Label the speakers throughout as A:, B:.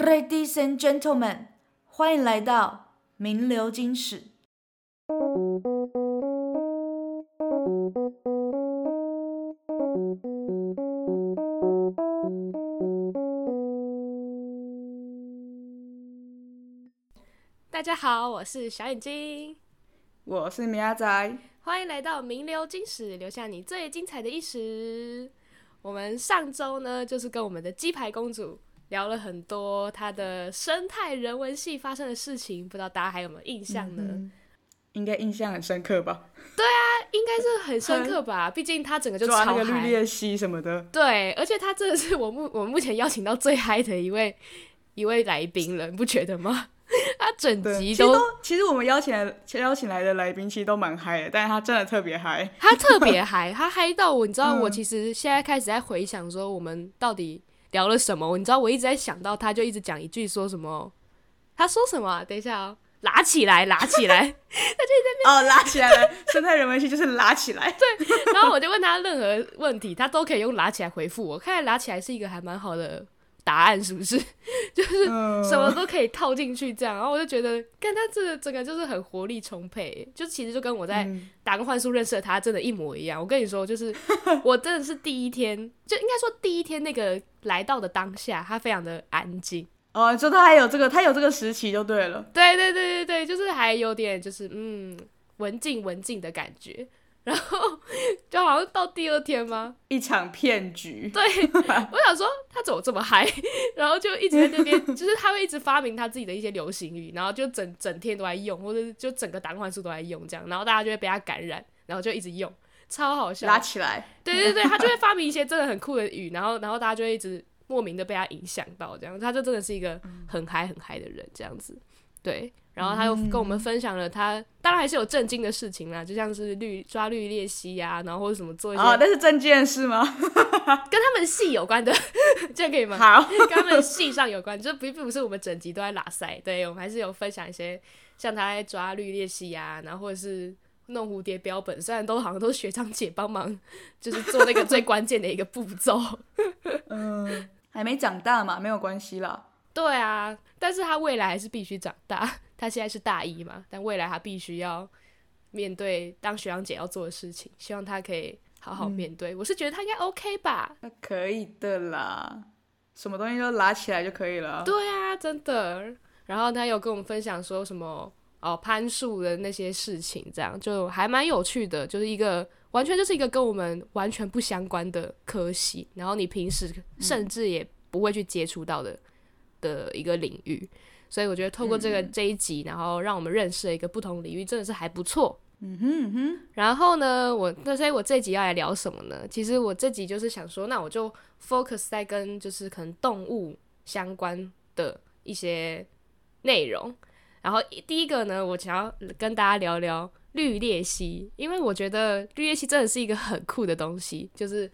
A: Ladies and gentlemen，欢迎来到名流金史。
B: 大家好，我是小眼睛，
C: 我是米阿仔，
B: 欢迎来到名流金史，留下你最精彩的一时。我们上周呢，就是跟我们的鸡排公主聊了很多她的生态人文系发生的事情，不知道大家还有没有印象呢？
C: 嗯应该印象很深刻吧？
B: 她应该是 很深刻吧，毕竟她整个就
C: 抓那
B: 超
C: 个绿
B: 嗨。
C: 鬣蜥什么的，
B: 对，而且她真的是我目我目前邀请到最嗨的一位一位来宾了，你不觉得吗？ 她整
C: 对，
B: 集
C: 其实都其实我们邀请来邀请来的来宾其实都蛮嗨的，但是他真的特别嗨。
B: 他特别嗨，他嗨到我，你知道，我其实现在开始在回想说我们到底聊了什么。你知道，我一直在想到他，就一直讲一句说什么，他说什么啊、等一下哦，拉起来，拉起来。
C: 哦，拉起来了， 生态人文系 就是拉起来。对，
B: 然后我就问他任何问题，他都可以用拉起来回复我。看来拉起来是一个还蛮好的答案，是不是？就是
C: 嗯
B: 什么都可以套进去这样。然后我就觉得，看他这个整个就是很活力充沛，就其实就跟我在打工换宿认识的他真的一模一样。我跟你说，就是我真的是第一天，就应该说第一天那个来到的当下，他非常的安静。
C: 哦，就他还有这个，他有这个时期就对了。
B: 对对对对对，就是还有点就是嗯文静文静的感觉。然后就好像到第二天吗？
C: 一场骗局，
B: 对，我想说他怎么这么嗨， 然后就一直在那边， 就是他会一直发明他自己的一些流行语，然后就整整天都在用，或者是就整个打工换宿都在用这样，然后大家就会被他感染，然后就一直用，超好笑
C: 拉。起来。
B: 对对对，他就会发明一些真的很酷的语，然后然后大家就会一直莫名的被他影响到，这样他就真的是一个很嗨很嗨的人这样子。对，然后他又跟我们分享了他，当然还是有震惊的事情啦，就像是绿抓绿鬣蜥呀，然后或者什么做一些
C: 哦，那是证件是吗？
B: 跟他们系有关的， 这样可以吗？
C: 好，
B: 跟他们系上有关，就不并不是我们整集都在拉塞，对我们还是有分享一些像他在抓绿鬣蜥啊，然后或者是弄蝴蝶标本，虽然都好像都是学长姐帮忙，就是做那个最关键的一个步骤。
C: 还没长大嘛，没有关系啦。
B: 对啊，但是他未来还是必须长大，他现在是大一嘛，但未来他必须要面对当学长姐要做的事情，希望他可以好好面对。我是觉得他应该 OK 吧，
C: 那可以的啦，什么东西都拉起来就可以了。
B: 对啊，真的。然后他有跟我们分享说什么哦攀树的那些事情，这样就还蛮有趣的，就是一个完全就是一个跟我们完全不相关的科系，然后你平时甚至也不会去接触到的、的一个领域。所以我觉得透过这个、这一集，然后让我们认识了一个不同领域，真的是还不错。嗯哼嗯哼。然后呢，我那所以我这集要来聊什么呢？其实我这集就是想说，那我就 focus 在跟就是可能动物相关的一些内容。然后一第一个呢，我想要跟大家聊聊绿鬣蜥，因为我觉得绿鬣蜥真的是一个很酷的东西，就是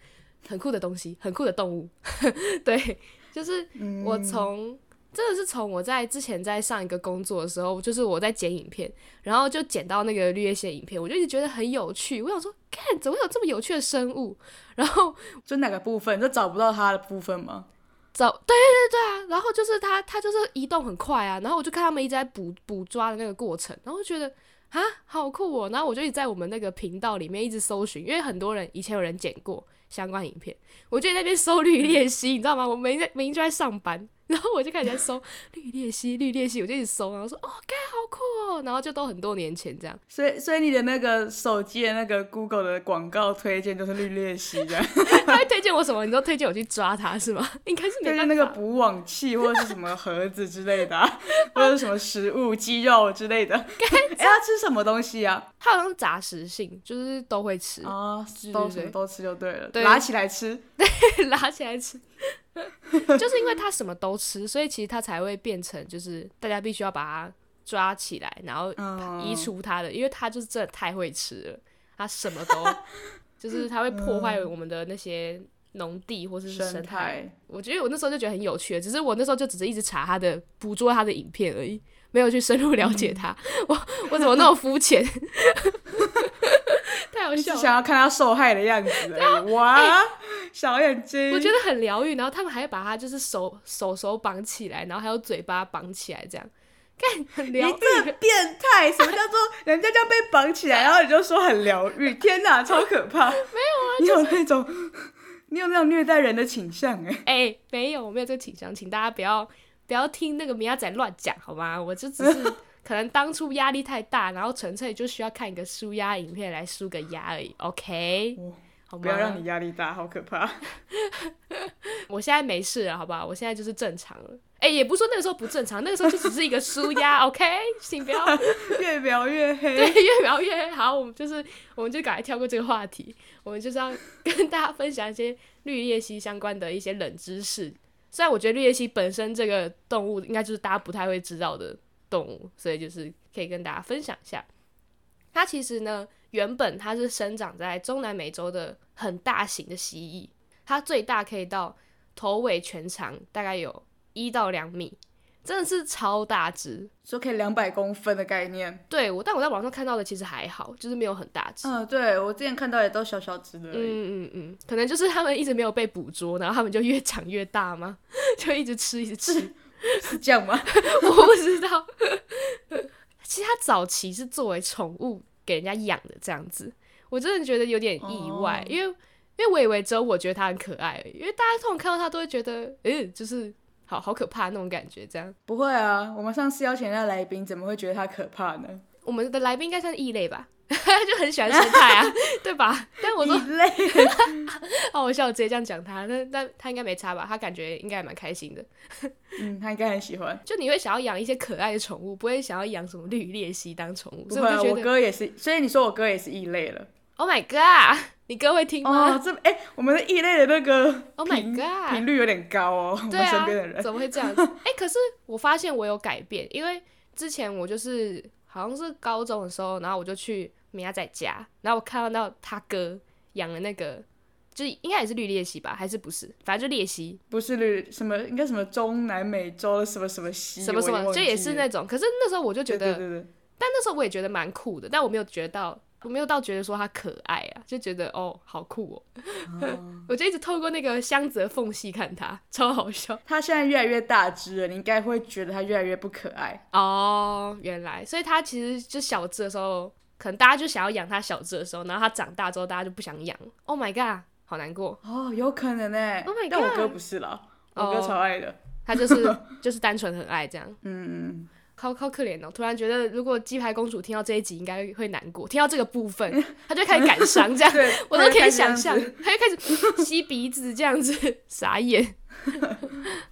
B: 很酷的东西，很酷的动物。 对，就是我从、真的是从我在之前在上一个工作的时候，就是我在剪影片，然后就剪到那个绿鬣蜥的影片，我就一直觉得很有趣。我想说，看怎么会有这么有趣的生物？然后
C: 就哪个部分，就找不到它的部分吗？
B: 走，对对对对啊，然后就是它，它就是移动很快啊，然后我就看他们一直在捕捕抓的那个过程，然后就觉得啊，好酷哦，然后我就一直在我们那个频道里面一直搜寻，因为很多人以前有人剪过相关影片，我就在那边搜绿鬣蜥，你知道吗？我每天每天就在上班，然后我就开始在搜绿鬣蜥，绿鬣蜥，我就一直搜，然后说哦，该好酷哦，然后就都很多年前这样，
C: 所以，所以你的那个手机的那个 Google 的广告推荐就是绿鬣 蜥这样，
B: 他会推荐我什么？你都推荐我去抓它是吗？应该是没
C: 推
B: 办法
C: 荐那个捕网器或者是什么盒子之类 的、啊，或者是什么食物、鸡肉之类的。哎、要吃什么东西啊？
B: 它好像是杂食性，就是都会吃。
C: 啊、
B: 对
C: 都
B: 对
C: 什么
B: 对
C: 都吃就对了，
B: 对
C: 拿起来吃。
B: 拉起来吃，就是因为它什么都吃，所以其实它才会变成就是大家必须要把它抓起来，然后
C: 嗯
B: 移除它的，因为它就是真的太会吃了，它什么 都就是它会破坏我们的那些农地或者是生
C: 生
B: 态。
C: 态，
B: 我觉得我那时候就觉得很有趣，只是我那时候就只是一直查它的捕捉它的影片而已，没有去深入了解它。 我我怎么那么肤 浅？太好
C: 你
B: 笑了。
C: 只
B: 哎
C: 想要看它受害的样子而已。哇，小眼睛，
B: 我觉得很疗愈。然后他们还会把它就是手手手绑起来，然后还有嘴巴绑起来，这样看很疗
C: 你
B: 愈。
C: 这变态，什么叫 做人家这样被绑起来，然后你就说很疗愈？天哪，超可怕！没有啊，你有那种，你有那种虐待人的倾向哎。
B: 哎、没有，我没有这个倾向，请大家不要不要听那个米亚仔乱讲好吗？我就只是可能当初压力太大，然后纯粹就需要看一个舒压影片来舒个压而已。OK，、
C: 哦
B: 好吗？
C: 不要让你压力大，好可怕！
B: 我现在没事了，好不好？我现在就是正常了。哎、也不是说那个时候不正常，那个时候就只是一个舒压，OK，请不要
C: 越描越
B: 对
C: 黑。，
B: 越描越好。我们就是，我们就赶快跳过这个话题。我们就是要 跟大家分享一些绿鬣蜥相关的一些冷知识。虽然我觉得绿鬣蜥本身这个动物应该就是大家不太会知道的动物，所以就是可以跟大家分享一下。它其实呢，原本它是生长在中南美洲的很大型的蜥蜴，它最大可以到头尾全长大概有一到两米，真的是超大只。
C: 说可以两百公分的概念，
B: 对我，但我在网上看到的其实还好，就是没有很大只。
C: 嗯，对我之前看到也都小小只的而已，
B: 嗯嗯嗯，可能就是他们一直没有被捕捉，然后他们就越长越大嘛， 就一直吃一直吃，
C: 是 这样吗？
B: 我不知道。 其实它早期是作为宠物给人家养的这样子，我真的觉得有点意外，
C: 哦
B: 因为因为我以为只有我觉得它很可爱而已，因为大家通常看到它都会觉得，诶、就是好好可怕那种感觉，这样。
C: 不会啊，我们上次邀请那来宾，怎么会觉得他可怕呢？
B: 我们的来宾应该算是异类吧， 就很喜欢生 态啊，对吧？但我说
C: 一类，
B: 哦，我笑，直接这样讲他，那但他应该没差吧？他感觉应该也蛮开心的。
C: 嗯，他应该很喜欢。
B: 就你会想要养一些可爱的宠物，不会想要养什么绿鬣蜥当宠物，
C: 不
B: 所以
C: 会、
B: 我
C: 啊，
B: 就
C: 我
B: 觉得
C: 哥也是，所以你说我哥也是异类了。
B: ，Oh my god，你 哥会听
C: 哦
B: 吗，
C: 这哎、我们的异类的那个
B: Oh my
C: 频
B: god
C: 频率有点高哦，我
B: 对
C: 们身
B: 啊
C: 边的，人。
B: 怎么会这 样子？哎、可是我发现我有改变，因为之前我就是好像是高中的时候，然后我就去米亚仔家，然后我看到他哥养了那个，就是应该也是绿鬣蜥吧，还是不是？反正就鬣蜥，
C: 不是绿什么，应该什么中南美洲的什么什么西，
B: 什么什
C: 我
B: 么，
C: 忘
B: 就
C: 记
B: 也是那
C: 了
B: 种。可是那时候我就觉
C: 对
B: 得，
C: 对对对，
B: 但那时候我也觉得蛮酷的，但我没有觉到，我没有到觉得说它可爱啊，就觉得哦，好酷哦。 我就一直透过那个箱子的缝隙看它， 超好笑
C: 他现在越来越大只了，你应该会觉得他越来越不可爱。
B: 哦。原来，所以它其实就小只的时候，可能大家就想要养它小只的时候，然后它长大之后，大家就不想养。Oh my god，好难过。
C: 哦，有可能哎、
B: Oh my
C: 但我
B: god
C: 哥不是啦，我哥
B: 哦
C: 超爱的。
B: 它就是 就是单纯很爱这样。
C: 嗯，
B: 好好可怜哦！突然觉得，如果鸡排公主听到这一集，应该会难过。听到这个部分，她就开始感伤，这样
C: 对，
B: 我都
C: 他就
B: 可
C: 开
B: 以
C: 始这样
B: 想
C: 子
B: 象，他就开始吸鼻子这样子，傻眼。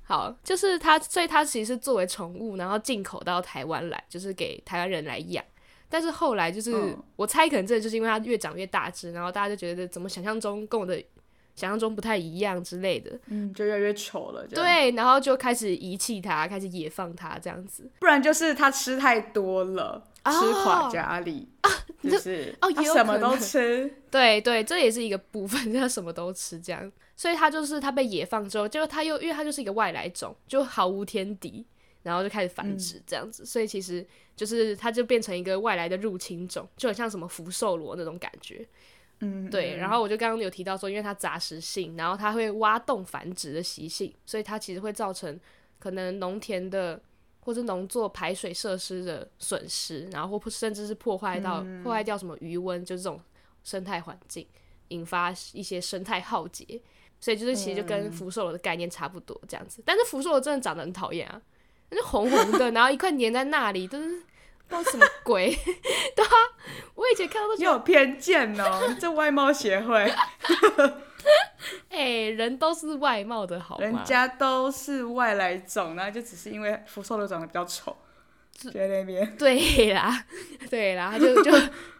B: 好，就是它，所以它其实是作为宠物，然后进口到台湾来，就是给台湾人来养。但是后来就是，
C: 嗯
B: 我猜可能真的就是因为它越长越大只，然后大家就觉得怎么想象中跟我的想象中不太一样之类的，
C: 嗯，就越来越丑了。这样，
B: 对，啊然后就开始遗弃它，开始野放它这样子。
C: 不然就是他吃太多了，嗯
B: 哦
C: 吃垮家里， 就是
B: 哦
C: 他
B: 也有
C: 什么
B: 可
C: 都
B: 能
C: 吃。
B: 对对，这也是一个部分， 它什么都吃这样，所以它就是它被野放之后，结果它又因为它就是一个外来种，就毫无天敌，然后就开始繁殖这样子，所以其实就是它就变成一个外来的入侵种，就很像什么福寿螺那种感觉。
C: 嗯，
B: 对，然后我就刚刚有提到说，因为它杂食性，然后它会挖洞繁殖的习性，所以它其实会造成可能农田的或是农作排水设施的损失，然后或甚至是破坏到、
C: 嗯
B: 破坏掉什么余温，就是这种生态环境，引发一些生态浩劫。所以就是其实就
C: 嗯
B: 跟福寿螺的概念差不多这样子，但是福寿螺真的长得很讨厌啊，那就红红的，然后一块粘在那里，就是不知道什么鬼。 对啊， 我以前看到都觉
C: 你
B: 得
C: 有偏见哦，你这外貌协会，
B: 哎、人都是外貌的好吗？
C: 人家都是外来种，然后就只是因为福寿螺长得比较丑，就在那边。
B: 对啦， 对啦，他就 就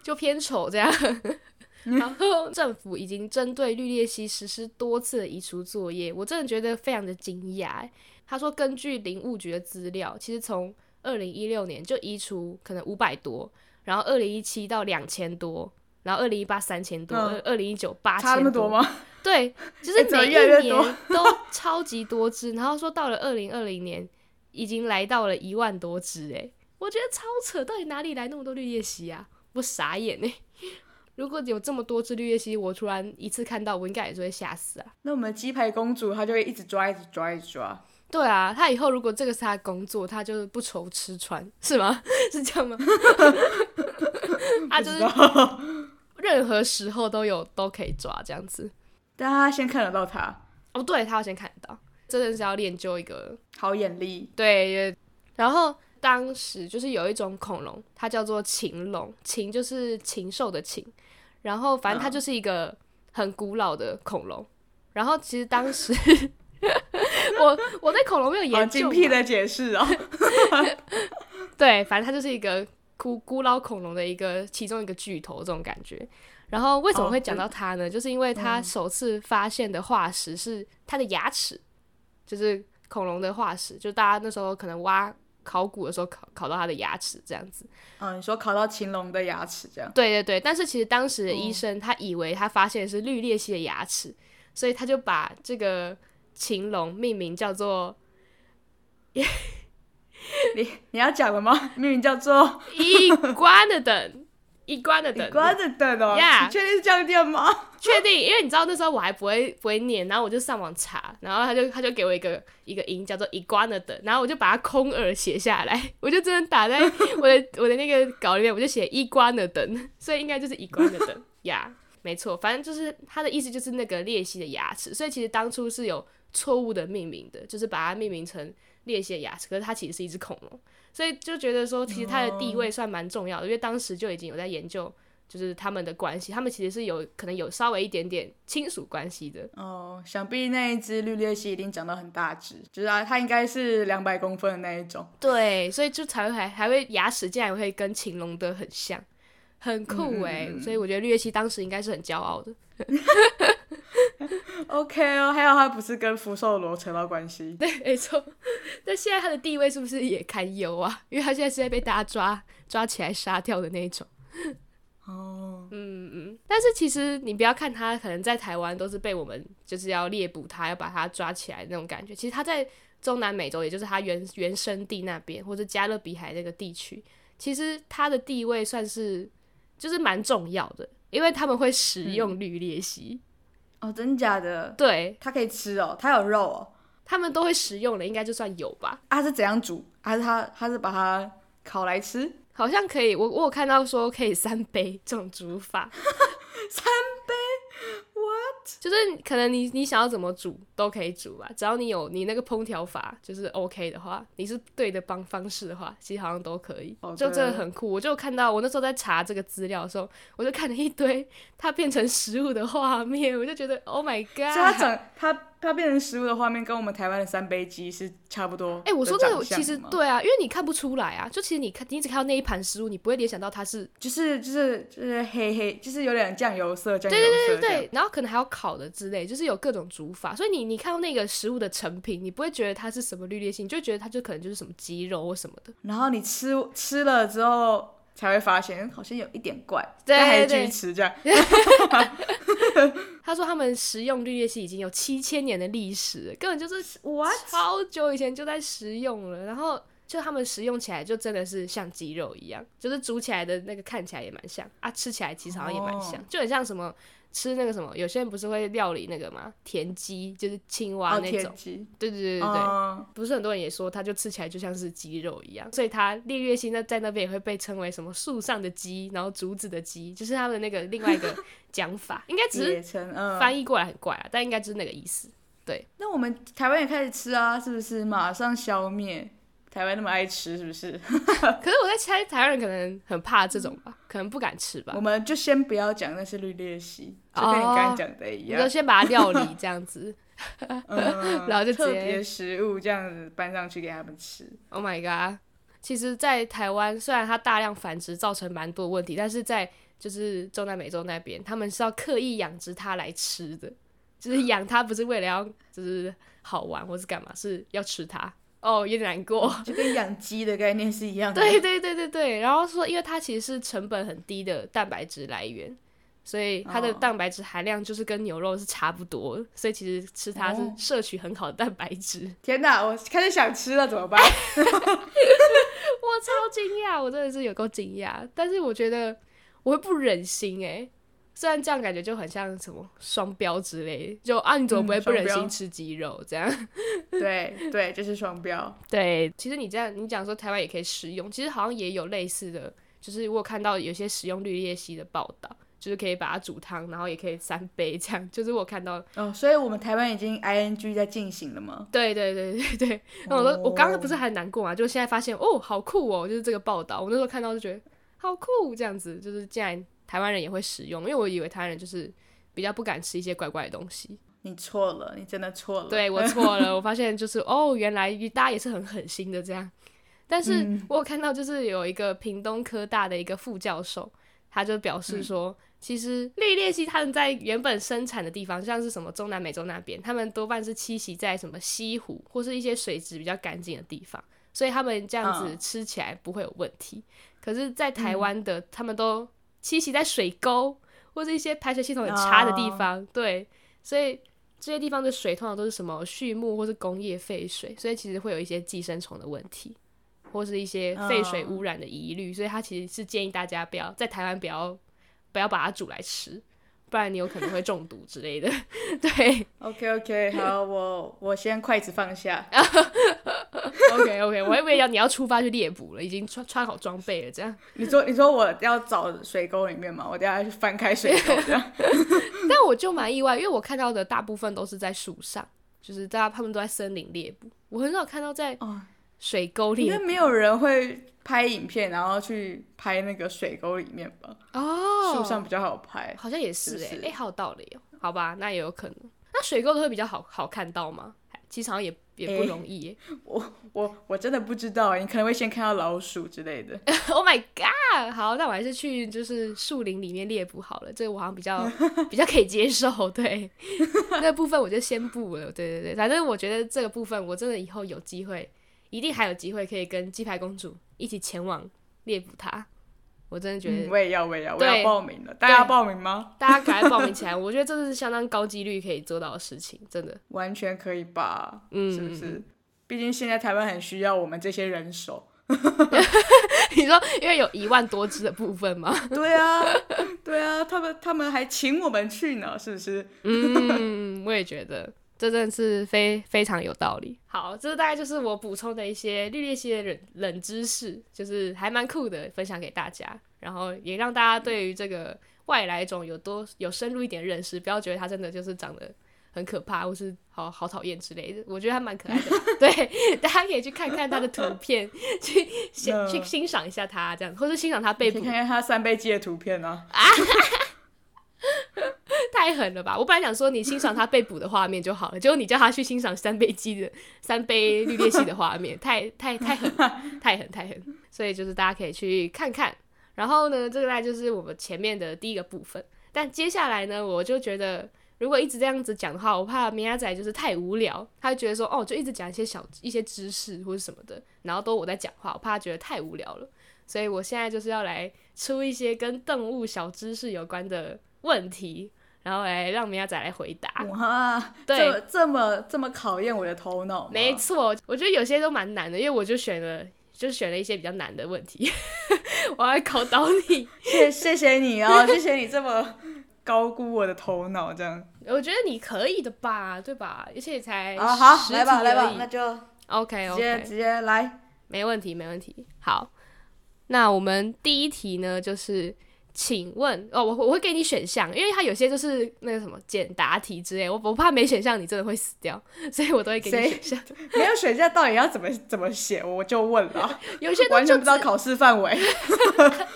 B: 就偏丑 这样。然后政府已经针对绿鬣蜥实施多次的移除作业，我真的觉得非常的惊讶欸。他说，根据林务局的资料，其实从二零一六年就移除可能五百多，然后二零一七到两千多，然后二零一八三千多，
C: 嗯
B: 二零一九八千
C: 差那么多吗？
B: 对， 就
C: 哎
B: 是
C: 怎么
B: 每一
C: 越来越
B: 年都超级多只，然后说到了二零二零年，已经来到了一万多只，哎，我觉得超扯，到底哪里来那么多绿叶蜥啊？我傻眼哎、 如果有这么多只绿叶蜥蜴，我突然一次看到，我应该也是会吓死啊。
C: 那我们鸡排公主她就会一直抓，一直抓，一直抓。
B: 对啊，他以后如果这个是他的工作，他就是不愁吃穿，是吗？ 是这样吗？他就是
C: 不知道
B: 任何时候都有都可以抓这样子。
C: 但她先看得到她，
B: 哦，对，他要先看到，真的是要练就一个
C: 好眼力。
B: 对。然后当时就是有一种恐龙，它叫做禽龙，禽就是禽兽的禽，然后反正
C: 嗯
B: 它就是一个很古老的恐龙。然后其实当时 我我对恐龙没有
C: 好
B: 研究
C: 精
B: 嘛，
C: 辟的解 释哦，
B: 对，反正它就是一个古古老恐龙的一个其中一个巨头这种感觉。然后为什么
C: 哦
B: 会讲到它呢？就是因为它首次发现的化石是它的牙齿，就是恐龙的化石，就大家那时候可能挖考古的时候考考到它的牙齿这样子。
C: 嗯，你说烤到禽龙的牙齿这样，
B: 对对对，但是其实当时的医生他以为他发现的是绿鬣蜥的牙齿，所以他就把这个禽龙命名叫做
C: 你你要讲 了吗？命名叫做
B: 伊瓜的等，伊瓜的等，
C: 瓜子等哦
B: Yeah
C: 你确定是这样念吗？
B: 确定，因为你知道那时候我还不会不会念，然后我就上网查，然后他就他就给我一个一个音叫做 iguana 的，然后我就把它空耳写下来， 我就真的打在我的 我的那个稿里面，我就写 iguana 的，所以应该就是 iguana 的 呀，没错，反正就是它的意思就是那个鬣蜥的牙齿，所以其实当初是有错误的命名的，就是把它命名成鬣蜥的牙齿，可是它其实是一只恐龙，所以就觉得说其实它的地位算蛮重要的，因为当时就已经有在研究。就是他们的关系，他们其实是有可能有稍微一点点亲属关系的。
C: 哦，想必那一只绿鬣蜥一定长到很大只，就是啊，它应该是两百公分的那一种。
B: 对，所以就才会还还会牙齿竟然会跟秦龙的很像，很酷诶、所以我觉得绿叶蜥当时应该是很骄傲的。
C: OK 哦，还有它不是跟福寿螺扯到关系，
B: 对，没错。但现在他的地位是不是也堪忧啊？因为他现在是在被大家抓抓起来杀掉的那一种。
C: 哦，
B: 嗯嗯。但是其实你不要看他，可能在台湾都是被我们就是要猎捕他，要把他抓起来的那种感觉。其实他在中南美洲，也就是他原原生地那边，或者加勒比海那个地区，其实它的地位算是就是蛮重要的，因为他们会食用绿鬣蜥，
C: 哦，真假的？
B: 对
C: 它可以吃哦，它有肉哦。
B: 他们都会食用的，应该就算有吧。
C: 啊，是怎样煮？还是它它是把它烤来吃？
B: 好像可以，我我有看到说可以三杯这种煮 法，三杯，what？就是可能你你想要怎么煮都可以煮吧，只要你有你那个烹调法就是 OK 的话，你是对的方方式的话，其实好像都可以，
C: 好的
B: 就真的很酷。我就有看到我那时候在查这个资料的时候，我就看了一堆它变成食物的画面，我就觉得 Oh my
C: 所以它
B: God！
C: 长它它变成食物的画面，跟我们台湾的三杯鸡是差不多。
B: 哎、我说这个其实
C: 对。
B: 对啊，因为你看不出来啊，就其实你看，你只看到那一盘食物，你不会联想到它是
C: 就是就是就是黑黑，就是有点酱油色，酱油色
B: 对对
C: 这样
B: 对，然后可能还有烤的之类，就是有各种煮法，所以你你看到那个食物的成品，你不会觉得它是什么绿鬣蜥，你就觉得它就可能就是什么鸡肉或什么的。
C: 然后你吃吃了之后才会发现，嗯好像有一点怪，
B: 对
C: 但还
B: 对
C: 是继
B: 对
C: 续吃这样。
B: 他说他们食用绿鬣蜥已经有七千年的历史了，根本就是
C: 哇，
B: 超久以前就在食用了，然后。就他们食用起来就真的是像鸡肉一样，就是煮起来的那个看起来也蛮像啊，吃起来其实好像也蛮像
C: 哦
B: 就很像什么吃那个什么，有些人不是会料理那个吗？田鸡就是青蛙
C: 哦，
B: 那种
C: 田，鸡，
B: 对对对对对，
C: 嗯
B: 不是很多人也说，它就吃起来就像是鸡肉一样，所以它猎月星在在那边也会被称为什么树上的鸡，然后竹子的鸡，就是他们那个另外一个讲法， 应该只
C: 野
B: 是
C: 称嗯。
B: 翻译过来很怪啊，但应该就是那个意思。
C: 那我们台湾也开始吃啊，是不是？马上消灭。台湾那么爱吃，是不是？
B: 可是我在猜，台湾人可能很怕这种吧，可能不敢吃吧
C: 嗯我，们就先不要讲那是绿鬣蜥，就跟你
B: 哦
C: 刚刚讲的一
B: 你
C: 样
B: 就，先把它料理这样子。
C: 嗯
B: 然后就直接
C: 特别食物这样子搬上去给他们吃。
B: Oh my god！其实，在台湾虽然它大量繁殖造成蛮多问题，但是在就是中南美洲那边，他们是要刻意养殖它来吃的，就是养它不是为了要就是好玩或是干嘛，是要吃它。哦，有点难 过。
C: 就跟养鸡的概念是一样的。
B: 对对对对对，然后说，因为它其实是成本很低的蛋白质来源，所以它的
C: 哦
B: 蛋白质含量就是跟牛肉是差不多的，所以其实吃它是
C: 哦
B: 摄取很好的蛋白质。
C: 天哪，我开始想吃了，怎 么办？
B: 我超惊讶，我真的是有够惊讶，但是我觉得我会不忍心哎、虽然这样感觉就很像什么双标之类，就啊你怎么不会
C: 嗯
B: 不忍
C: 双标
B: 心吃鸡肉这样？
C: 对对，这是双标。
B: 对，其实你这样你讲说台湾也可以食用，其实好像也有类似的，就是我有看到有些食用绿鬣蜥的报道，就是可以把它煮汤，然后也可以三杯这样，就是我有看到
C: 哦，所以我们台湾已经 ing 在进行了吗？
B: 对对对对 对，那我说、我刚刚不是还难过嘛，就现在发现哦，好酷哦，就是这个报道，我那时候看到就觉得好酷，这样子就是竟然台湾人也会使用，因为我以为台湾人就是比较不敢吃一些怪怪的东西。
C: 你错了，你真的错了。
B: 对我错了，我发现就是哦，原来大家也是很狠心的这样。但是
C: 嗯
B: 我有看到就是有一个屏东科大的一个副教授，他就表示
C: 嗯
B: 说，其实绿鬣蜥他们在原本生产的地方，像是什么中南美洲那边，他们多半是栖息在什么西湖或是一些水质比较干净的地方，所以他们这样子
C: 嗯
B: 吃起来不会有问题。可是，在台湾的、他们都栖息在水沟或者一些排水系统很差的地方，对，所以这些地方的水通常都是什么畜牧或是工业废水，所以其实会有一些寄生虫的问题，或是一些废水污染的疑虑，所以他其实是建议大家不要在台湾不要不要把它煮来吃，不然你有可能会中毒之类的。 对
C: OK OK，好，我我先筷子 放下。
B: ，OK OK，我还以为要你要出发去猎捕了，已经穿穿好装备了，这样。
C: 你说你说我要找水沟里面嘛？我等下去翻开水沟 这样。
B: 但我就蛮意外，因为我看到的大部分都是在树上，就是大家他们都在森林猎捕，我很少看到在
C: 哦
B: 水沟
C: 应
B: 猎
C: 该
B: 捕。
C: 没有人会拍影片，然后去拍那个水沟里面吧？
B: 哦，
C: 树上比较好拍。
B: 好像也是哎、
C: 是
B: 欸，
C: 不
B: 哎、
C: 是
B: 好有道理哦、好吧，那也有可能。那水沟的会比较好好看到吗？其实好像也也不
C: 欸
B: 容易、欸。
C: 我我真的不知道，你可能会先看到老鼠之类的。
B: oh my god！好，那我还是去就是树林里面猎捕好了，这个我好像比 较比较可以接受。对， 那部分我就先不了。对对对，反正我觉得这个部分我真的以后有机会，一定还有机会可以跟鸡排公主一起前往猎捕它。我真的觉得
C: 嗯我也要，我也要，我
B: 对
C: 要报名了。大家要报名吗？
B: 大家赶快报名起来，我觉得这是相当高几率可以做到的事情，真的。
C: 完全可以吧？
B: 嗯
C: 是不是？毕竟现在台湾很需要我们这些 人手。
B: 你说因为有一万多只的部分吗？
C: 对啊，对啊，他们他们还请我们去呢，是不是？
B: 嗯，我也觉得这真的是非非常有道理。好，这大概就是我补充的一些绿鬣蜥的冷冷知识，就是还蛮酷的，分享给大家，然后也让大家对于这个外来种有多有深入一点认识，不要觉得它真的就是长得。很可怕，或是好好讨厌之类的，我觉得它蛮可爱的。 对，大家可以去看看它的图片，去欣去
C: 嗯
B: 欣赏一下它这样，或是欣赏它
C: 你
B: 被
C: 可以
B: 捕
C: 看看他三倍机的图片啊。
B: 太狠了吧！我本来想说你欣赏他被捕的画面就好了，结果你叫他去欣赏三杯鸡的三杯绿鬣蜥的画面，太太太狠了，太狠太狠。所以就是大家可以去看看。然后呢，这个大概就是我们前面的第一个部分。但接下来呢，我就觉得如果一直这样子讲的话，我怕明亚仔就是太无聊，他会觉得说哦，就一直讲一些小一些知识或者什么的，然后都我在讲话，我怕他觉得太无聊了。所以我现在就是要来出一些跟动物小知识有关的问题，然后来让明亚仔来回答。
C: 哇，
B: 啊对
C: 这么这么这么考验我的头脑吗？
B: 没错，我觉得有些都蛮难的，因为我就选了，就选了一些比较难的问题， 我要考倒 你。
C: 谢谢谢你 哦，谢谢你这么高估我的头脑，这样。
B: 我觉得你可以的吧，对吧？而且也才
C: 啊，好，
B: 十
C: 来吧
B: 题
C: 来
B: 而
C: 吧
B: 已，
C: 那就
B: OK
C: 直接
B: OK，
C: 直接来。
B: 没问题没问题。好，那我们第一题呢，就是请问哦，我我会给你选项，因为它有些就是那个什么简答题之类，我我怕没选项你真的会死掉，所以我都会给你
C: 谁
B: 选项。
C: 没有选项到底要怎么怎么写，我就问了，
B: 有些都
C: 完
B: 就
C: 全不知道考试范围，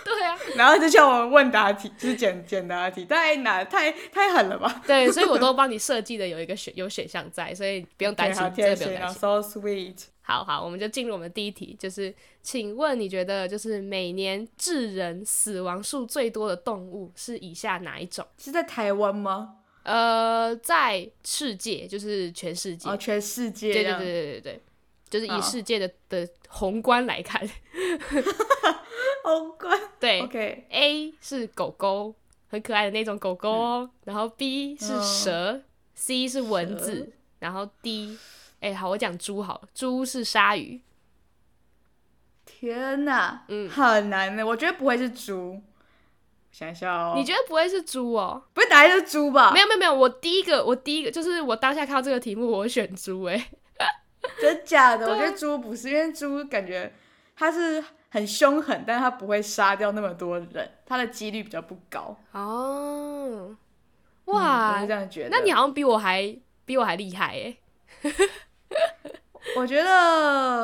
B: 对啊，
C: 然后就叫我问答题，就是简简答题，太难太太狠了吧？
B: 对，所以我都帮你设计的有一个选有选项在，所以不用担心
C: 好，
B: 真
C: 贴
B: 的不用
C: 心
B: 担
C: 啊
B: 心。
C: ，so sweet。
B: 好好，我们就进入我们第一题，就是请问你觉得就是每年致人死亡数最多的动物是以下哪一种？
C: 是在台湾吗？
B: 呃，在世界就是全世界，
C: 哦，全世界
B: 对
C: 这
B: 对
C: 样
B: 对对对对，就是以
C: 哦
B: 世界的的宏观来看，
C: 好乖。
B: 对
C: 哦 OK，
B: A 是狗狗，很可爱的那种狗狗
C: 嗯
B: 哦。然后 B 是蛇、c 是蚊子，然后 D，哎、好，我讲猪好了，猪是鲨鱼。
C: 天哪，
B: 嗯
C: 很难的，我觉得不会是猪，想一下哦，啊
B: 你觉得不会是猪哦？
C: 不会答案是猪吧？
B: 没有没有没有，我第一个我第一个就是我当下看到这个题目，我会选猪哎、
C: 真假
B: 啊
C: 的？我觉得猪不是，因为猪感觉它是很凶狠，但是它不会杀掉那么多人，它的几率比较不高。
B: 哦，
C: 嗯我
B: 哇，
C: 是这样
B: 啊
C: 觉得。
B: 那你好像比我还比我还厉害哎、
C: 我觉
B: 嗯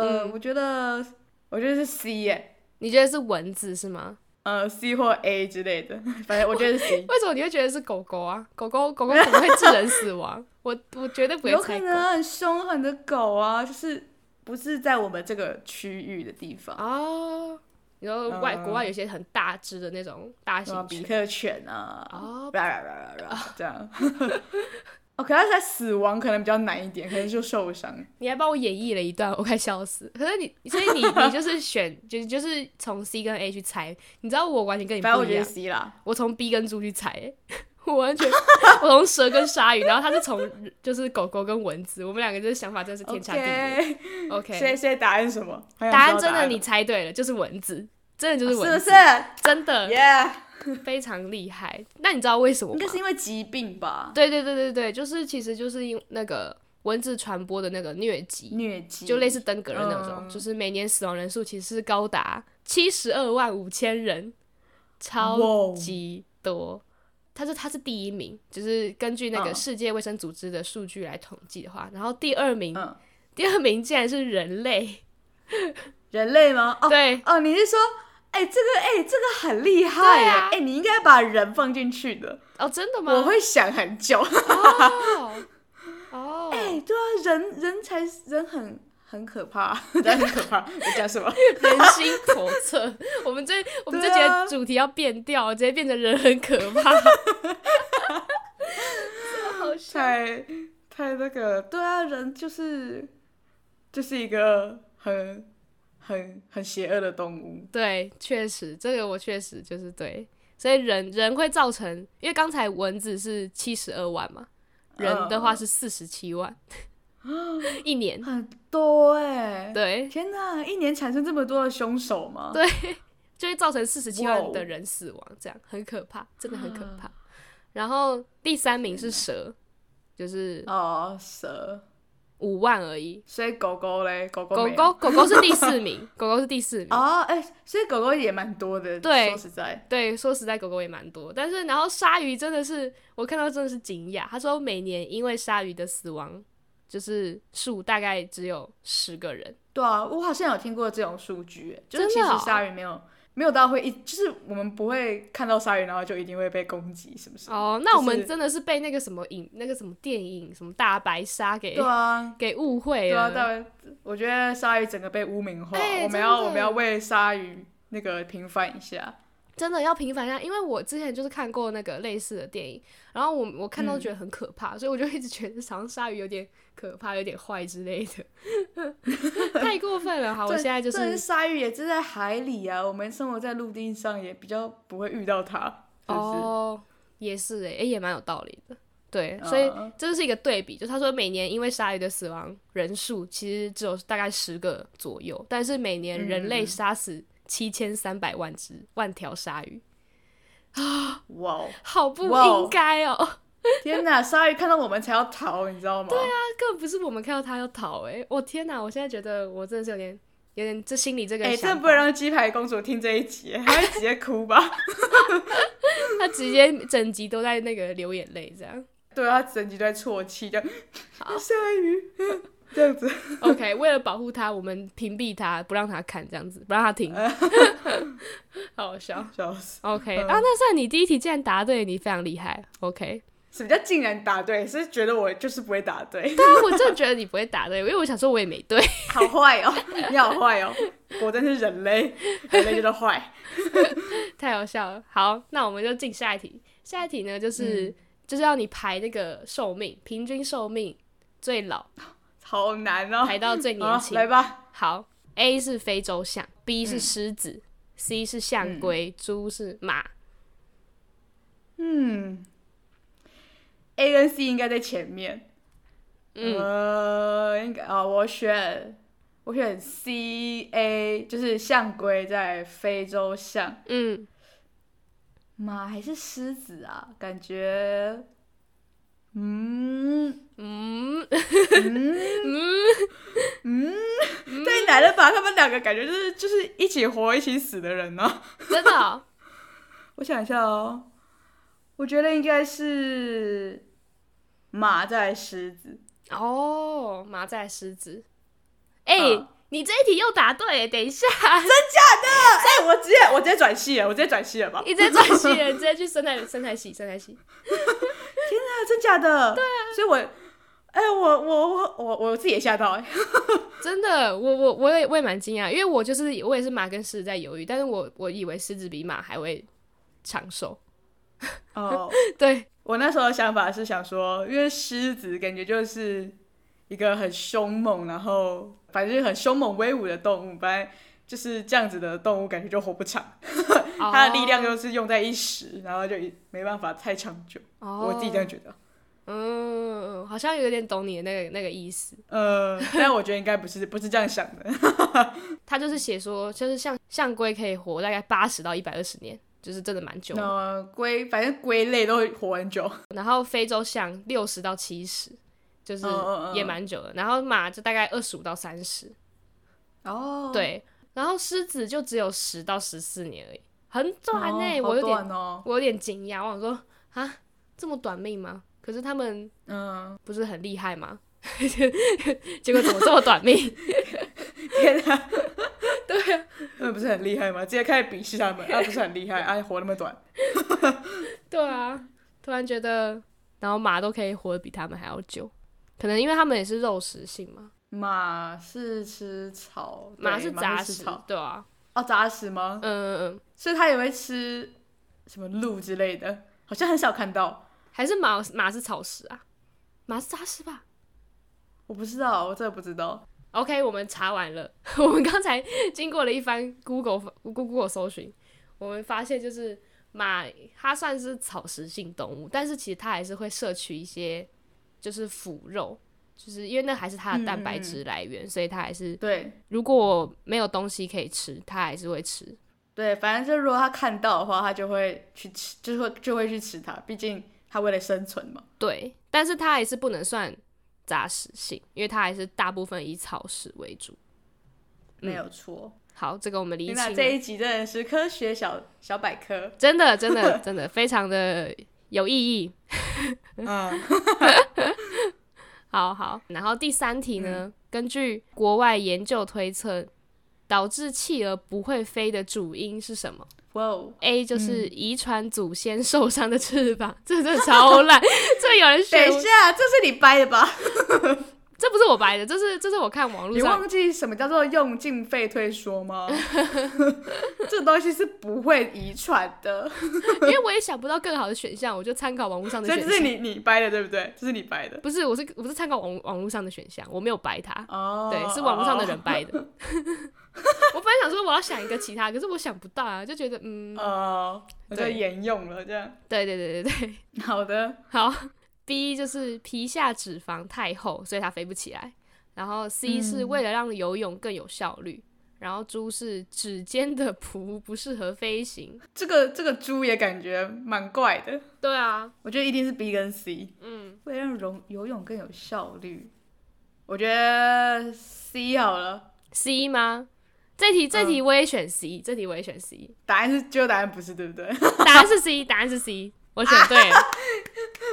C: 得，我觉得，我觉得是 C 耶、
B: 你觉得是蚊子是吗？
C: 呃 C 或 A 之类 的，反正我觉得是 C。
B: 为什么你会觉得是狗狗啊？狗狗狗狗怎么会致人死亡？我我绝对不
C: 有
B: 会
C: 可
B: 猜狗
C: 能啊很凶狠的狗啊，就是不是在我们这个区域的地方，
B: 哦。你说
C: 嗯
B: 外、国外有些很大只的那种大
C: 什么
B: 型
C: 比
B: 犬
C: 特犬啊，
B: 哦
C: 啦啦啦啦啦，这样。 哦，可是它在死亡可能比较难一点，可能就受伤。
B: 你还帮我演绎了一段，我快笑 死。可是你，所以你你就是选，就就是从 C 跟 A 去猜，你知道我完全跟你不
C: 反正我
B: 一
C: 觉得
B: 样，
C: C 啦，
B: 我从 B 跟猪去猜、 欸我完全我从蛇跟鲨鱼，然后他是从就是狗狗跟蚊子，我们两个这想法真是天差地别。
C: OK，
B: OK，,
C: 所以所以答案是什么？好想
B: 答案
C: 知
B: 真
C: 道
B: 的你猜对了，就是蚊子，真的就是
C: 啊是
B: 蚊
C: 不
B: 子，
C: 是
B: 真的
C: ？Yeah，
B: 非常厉害。那你知道为什么
C: 应
B: 吗
C: 该？是因为疾病吧，
B: 对对对对对，就是其实就是因那个蚊子传播的那个疟疾，
C: 疟疾
B: 就类似登革热那种，
C: 嗯
B: 就是每年死亡人数其实是高达七十二万五千人，
C: 哇
B: 超
C: 哦
B: 级多。他说他是第一名，就是根据那个
C: 嗯
B: 世界卫生组织的数据来统计的话，然后第二名，
C: 嗯
B: 第二名竟然是人类，
C: 人类吗？哦
B: 对，
C: 哦，你是说，哎、这个哎、这个很厉害
B: 对
C: 耶，哎、
B: 啊
C: 你应该把人放进去的，
B: 哦，真的吗？
C: 我会想 很久。
B: 哦， 哦，
C: 哎、对啊，人人才人很很可怕，人很可怕，我讲什么？
B: 人心叵 测，我们这我们这节
C: 对啊
B: 主题要变调，直接变成人很可怕，好笑。
C: 太太那个，对啊，人就是就是一个很很很邪恶的动物。
B: 对，确实，这个我确实就是对，所以人人会造成，因为刚才蚊子是七十二万嘛，人的
C: 嗯
B: 话是四十七 万、一年，
C: 很多哎、
B: 对，
C: 天哪，一年产生这么多的凶手吗？
B: 对就会造成四十七
C: 哇
B: 万
C: 哦
B: 的人死亡，这样很可怕，真的很可 怕。然后第三名是蛇，就是
C: 哦，蛇，
B: 五万而已。
C: 所以狗狗嘞，狗狗
B: 狗
C: 没有
B: 狗狗狗是第 四名，狗狗是第四名。
C: 哦，哎、所以狗狗也蛮多的。
B: 对
C: 说实在，
B: 对，说实在，狗狗也蛮多，但是然后鲨鱼真的是我看到真的是惊讶。他说每年因为鲨鱼的死亡，就是数大概只有十个人。
C: 对啊，我好像有听过这种数据，哎就是其
B: 真的哦
C: 实鲨鱼没有没有到会一，就是我们不会看到鲨鱼，然后就一定会被攻击，是不是？
B: 哦，那我们
C: 就是
B: 真的是被那个什么影、那个什么电影、什么大白鲨给、
C: 对啊，
B: 给误会
C: 对啊，
B: 了。
C: 对啊，我觉得鲨鱼整个被污名化，
B: 哎
C: 我们
B: 真
C: 要
B: 的
C: 我们要为鲨鱼那个平反一下。
B: 真的要平反一下，因为我之前就是看过那个类似的电影，然后我我看到觉得很可怕，所以我就一直觉得好像鲨鱼有点可怕、有点坏之类的， 太过分了。好，我
C: 这
B: 现在就
C: 这
B: 是
C: 鲨鱼也是在海里啊，我们生活在陆地上也比较不会遇到它，是不是？
B: 哦，也是诶、欸也蛮有道理的。对，所以
C: 嗯
B: 这就是一个对比，就他说每年因为鲨鱼的死亡人数其实只有大概十个左右，但是每年人
C: 嗯
B: 类杀死七千三百万只万条鲨鱼，
C: 哇哦，
B: 好不
C: 哇哦
B: 应该哦！
C: 天哪，鲨鱼看到我们才要逃，你知道吗？对啊，
B: 那根本不是我们看到它要逃诶、欸我天哪！我现在觉得我真的是有点有点这心里这个
C: 哎、
B: 想
C: 真的
B: 法，
C: 不能让鸡排公主听这一集，她会直接哭吧？
B: 他直接整集都在那个流眼泪这 样。
C: 对他整集都在啜泣，这样 鲨鱼这样子。
B: OK，为了保护他，我们屏蔽他，不让他看这样子，不让他 听， 好好笑。
C: 笑死！
B: OK，、啊，那算你第一题竟然答对，你非常厉害。OK，
C: 什么叫竟然答对？是觉得我就是不会答对，
B: 但我真的觉得你不会答对，因为我想说我也没对。
C: 好坏哦，你好坏哦，果真是人类，人类就是坏。
B: 太好笑了。好，那我们就进下一题。下一题呢，就是、
C: 嗯
B: 就是要你排那个寿命，平均寿命最老
C: 好难哦，
B: 排到最年
C: 好
B: 轻。
C: 来吧，
B: 好，A 是非洲象，B
C: 嗯
B: 是狮子、c 是象龟，猪是马。
C: 嗯，A 跟 C 应该在前面，
B: 嗯
C: 呃，应该啊、我选我选 C A，就是象龟在非洲象，
B: 嗯，
A: 马还是狮子啊？感觉，嗯
B: 嗯，
C: 嗯太难了吧？他们两个感觉就是就是一起活一起死的人呢、
B: 真的哦、
C: 我想一下哦，我觉得应该是马在狮子，
B: 哦，马在狮子。哎、
C: 嗯
B: 你这一题又答对，等一 下，
C: 哎、我直接我直接转系了，我直接转系了吧？
B: 你在转系了，你直接去生态生态系生态系。
C: 啊，真假的？对啊，所以我，哎、我我我我我自己也吓到、哎，
B: 真的，我我我也我也蛮惊讶，因为我就是我也是马跟狮子在犹豫，但是我我以为狮子比马还会长寿。
C: 哦，
B: 对，
C: 我那时候的想法是想说，因为狮子感觉就是一个很凶猛，然后反正就是很凶猛威武的动物，反正就是这样子的动物，感觉就活不长，它的力量就是用在一时，然后就一没办法太长久。
B: 哦，
C: 我自己这样觉得。
B: 嗯，好像有点懂你的那个那个意思。
C: 呃，但我觉得应该不是不是这样想的。
B: 他就是写说，就是像象龟可以活大概八十到一百二十年，就是真的蛮久的。
C: 那龟，反正龟类都会活很久。
B: 然后非洲象六十到七十，就是
C: 嗯嗯嗯
B: 也蛮久的。然后马就大概二十五到三十，
C: 哦，
B: 对。然后狮子就只有十到十四年而已，很
C: 哦，
B: 短呢、欸
C: 好
B: 我有点
C: 短哦，
B: 我有点惊讶，我想说啊，这么短命吗？可是他们
C: 嗯，
B: 不是很厉害吗？ 结果怎么这么短命？
C: 天啊， 对啊，那不是很厉害吗？直接开始鄙视他们，啊，不是很厉害，啊，活那么短，
B: 对啊，突然觉得，然后马都可以活得比他们还要久，可能因为他们也是肉食性嘛，
C: 马是吃草，对
B: 马是杂
C: 吃
B: 食，
C: 草，
B: 对啊，
C: 哦，杂食吗？
B: 嗯嗯嗯，
C: 所以它也会吃什么鹿之类的，好像很少看到，
B: 还是马马是草食啊，马是杂食吧
C: 我不知道，我真的不知道。
B: ？OK，我们查完了， 我们刚才经过了一番 Google Google 搜寻，我们发现就是马它算是草食性动物，但是其实它还是会摄取一些就是腐肉，就是因为那还是它的蛋白质来源，所以它还是
C: 对
B: 如果没有东西可以吃，它还是会吃。
C: 对，反正就如果它看到的话，它就会去吃，就是会就会去吃它，毕竟它为了生存嘛。
B: 对，但是它还是不能算杂食性，因为它还是大部分以草食为主。嗯
C: 没有错。
B: 好，这个我们理
C: 天
B: 清
C: 哪，
B: 了。
C: 这一集真的是科学小小百科。
B: 真的，真的，真的，非常的有意义。
C: 嗯，
B: 好好，然后第三题呢，
C: 嗯
B: 根据国外研究推测，导致企鹅不会飞的主因是什么
C: 哇 哦，
B: ？A 就是遗传祖先受伤的翅膀， 这这超烂， 这有人
C: 等
B: 学
C: 一，下，这是你掰的吧？
B: 这不是我白的，这是这是我看网络
C: 你
B: 上
C: 忘记什么叫做用进废退缩吗？ 这东西是不会遗传的，
B: 因为我也想不到更好的选项，我就参考网络上的
C: 所以
B: 选
C: 这是
B: 项。
C: 你你掰的，对不对？这是你掰的。
B: 不是，我是我是参考网网络上的选项，我没有白它，
C: 哦，
B: 对，是网络上的人掰的。 我本来想说我要想一个其他，可是我想不到啊，就觉得嗯，
C: 哦。我就
B: 对
C: 沿用了这样。
B: 对对对对对，
C: 好的，
B: 好。B 就是皮下脂肪太厚，所以它飞不起来。然后 C 是为了让游泳更有效率。然后猪是指尖的蹼不适合飞行。
C: 这个这个猪也感觉蛮怪的，
B: 对啊，
C: 我觉得一定是 B 跟 C。
B: 嗯，
C: 为了让游游泳更有效率，我觉得 C 好了。
B: C 吗？这题这
C: 嗯
B: 题我也选 C，、这题我也选 C。
C: 答案是，就答案不是，对不对？
B: 答案是 C，答案是 C，我选对了。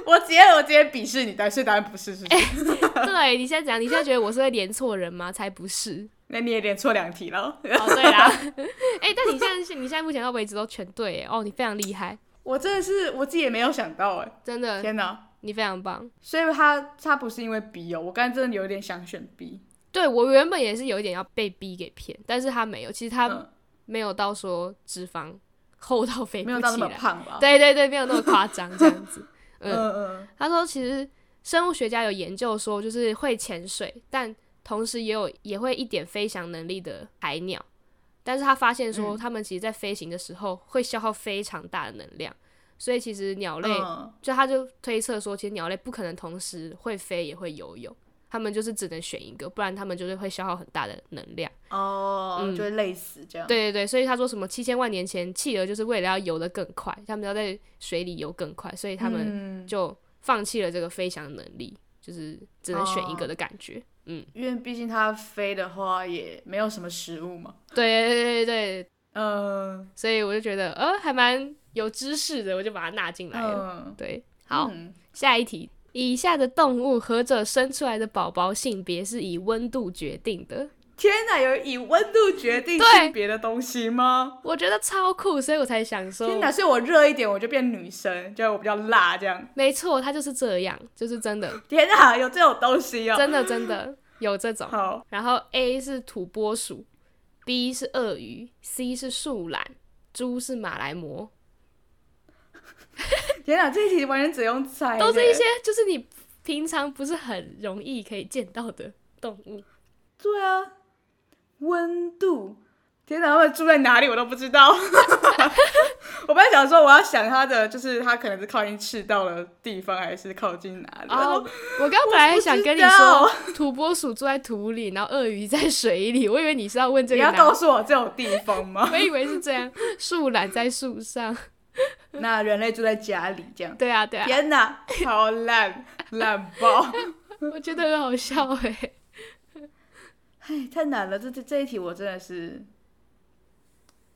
C: 我直接我直接鄙视你，答所以答案不是，是不是？
B: 哎对你现在怎样？你现在觉得我是会连错人吗？才不是。
C: 那你也连错两题了。
B: 哦，对啦， 哎、但你现在是你现在目前到为止都全对耶，哦，你非常厉害，
C: 我真的是我自己也没有想到哎、
B: 真的，
C: 天哪！
B: 你非常棒。
C: 所以他他不是因为 B 哦，我刚才真的有点想选 B。
B: 对我原本也是有一点要被逼给骗，但是他没有，其实他
C: 嗯，
B: 没有到说脂肪厚到飞不
C: 没有到那
B: 起
C: 么
B: 来，
C: 胖吧？
B: 对对对，没有那么夸张这样子。
C: 嗯
B: 嗯，
C: 嗯
B: 他说其实生物学家有研究说，就是会潜水，但同时也有也会一点飞翔能力的海鸟，但是他发现说，
C: 嗯
B: 他们其实在飞行的时候会消耗非常大的能量，所以其实鸟类
C: 嗯，
B: 就他就推测说，其实鸟类不可能同时会飞也会游泳，他们就是只能选一个，不然他们就是会消耗很大的能量。
C: 哦，就会累死这样。
B: 嗯对对对，所以他说什么七千万年前企鹅就是为了要游得更快，他们要在水里游更快，所以他们
C: 嗯
B: 就放弃了这个飞翔能力，就是只能选一
C: 哦
B: 个的感觉。嗯，
C: 因为毕竟它飞的话也没有什么食物嘛。
B: 对对对对，
C: 嗯
B: 所以我就觉得呃还蛮有知识的，我就把它纳进来了。
C: 嗯，
B: 对，好，
C: 嗯
B: 下一题。以下的动物合着生出来的宝宝性别是以温度决定的，
C: 天哪，有以温度决定
B: 对
C: 性别的东西吗？
B: 我觉得超酷，所以我才想说，
C: 天哪，所以我热一点我就变女生，就我比较辣这样。
B: 没错，它就是这样，就是真 的，
C: 天哪，有这种东西哦。
B: 真的真的有这种。
C: 好，
B: 然后 A 是土拨鼠，B 是鳄鱼，C 是树懒，猪是马来貘，
C: 天哪，这一题完全只用猜的，
B: 都是一些就是你平常不是很容易可以见到的动物。
C: 对啊，温度。天哪，他们住在哪里我都不知 道。我本来想说，我要想他的，就是他可能是靠近赤道的地方，还是靠近哪里？
B: 哦，我刚本来想跟你
C: 我
B: 说，土拨鼠住在土里，然后鳄鱼在水里，我以为你是要问这
C: 你
B: 个
C: 要
B: 难
C: 告，诉我这种地方吗？
B: 我以为是这样，树懒在树上。
C: 那人类住在家里这 样。
B: 对啊，对啊，
C: 天哪，好烂，烂爆！
B: 我觉得很好笑哎、
C: 哎，太难了，这这这一题我真的是，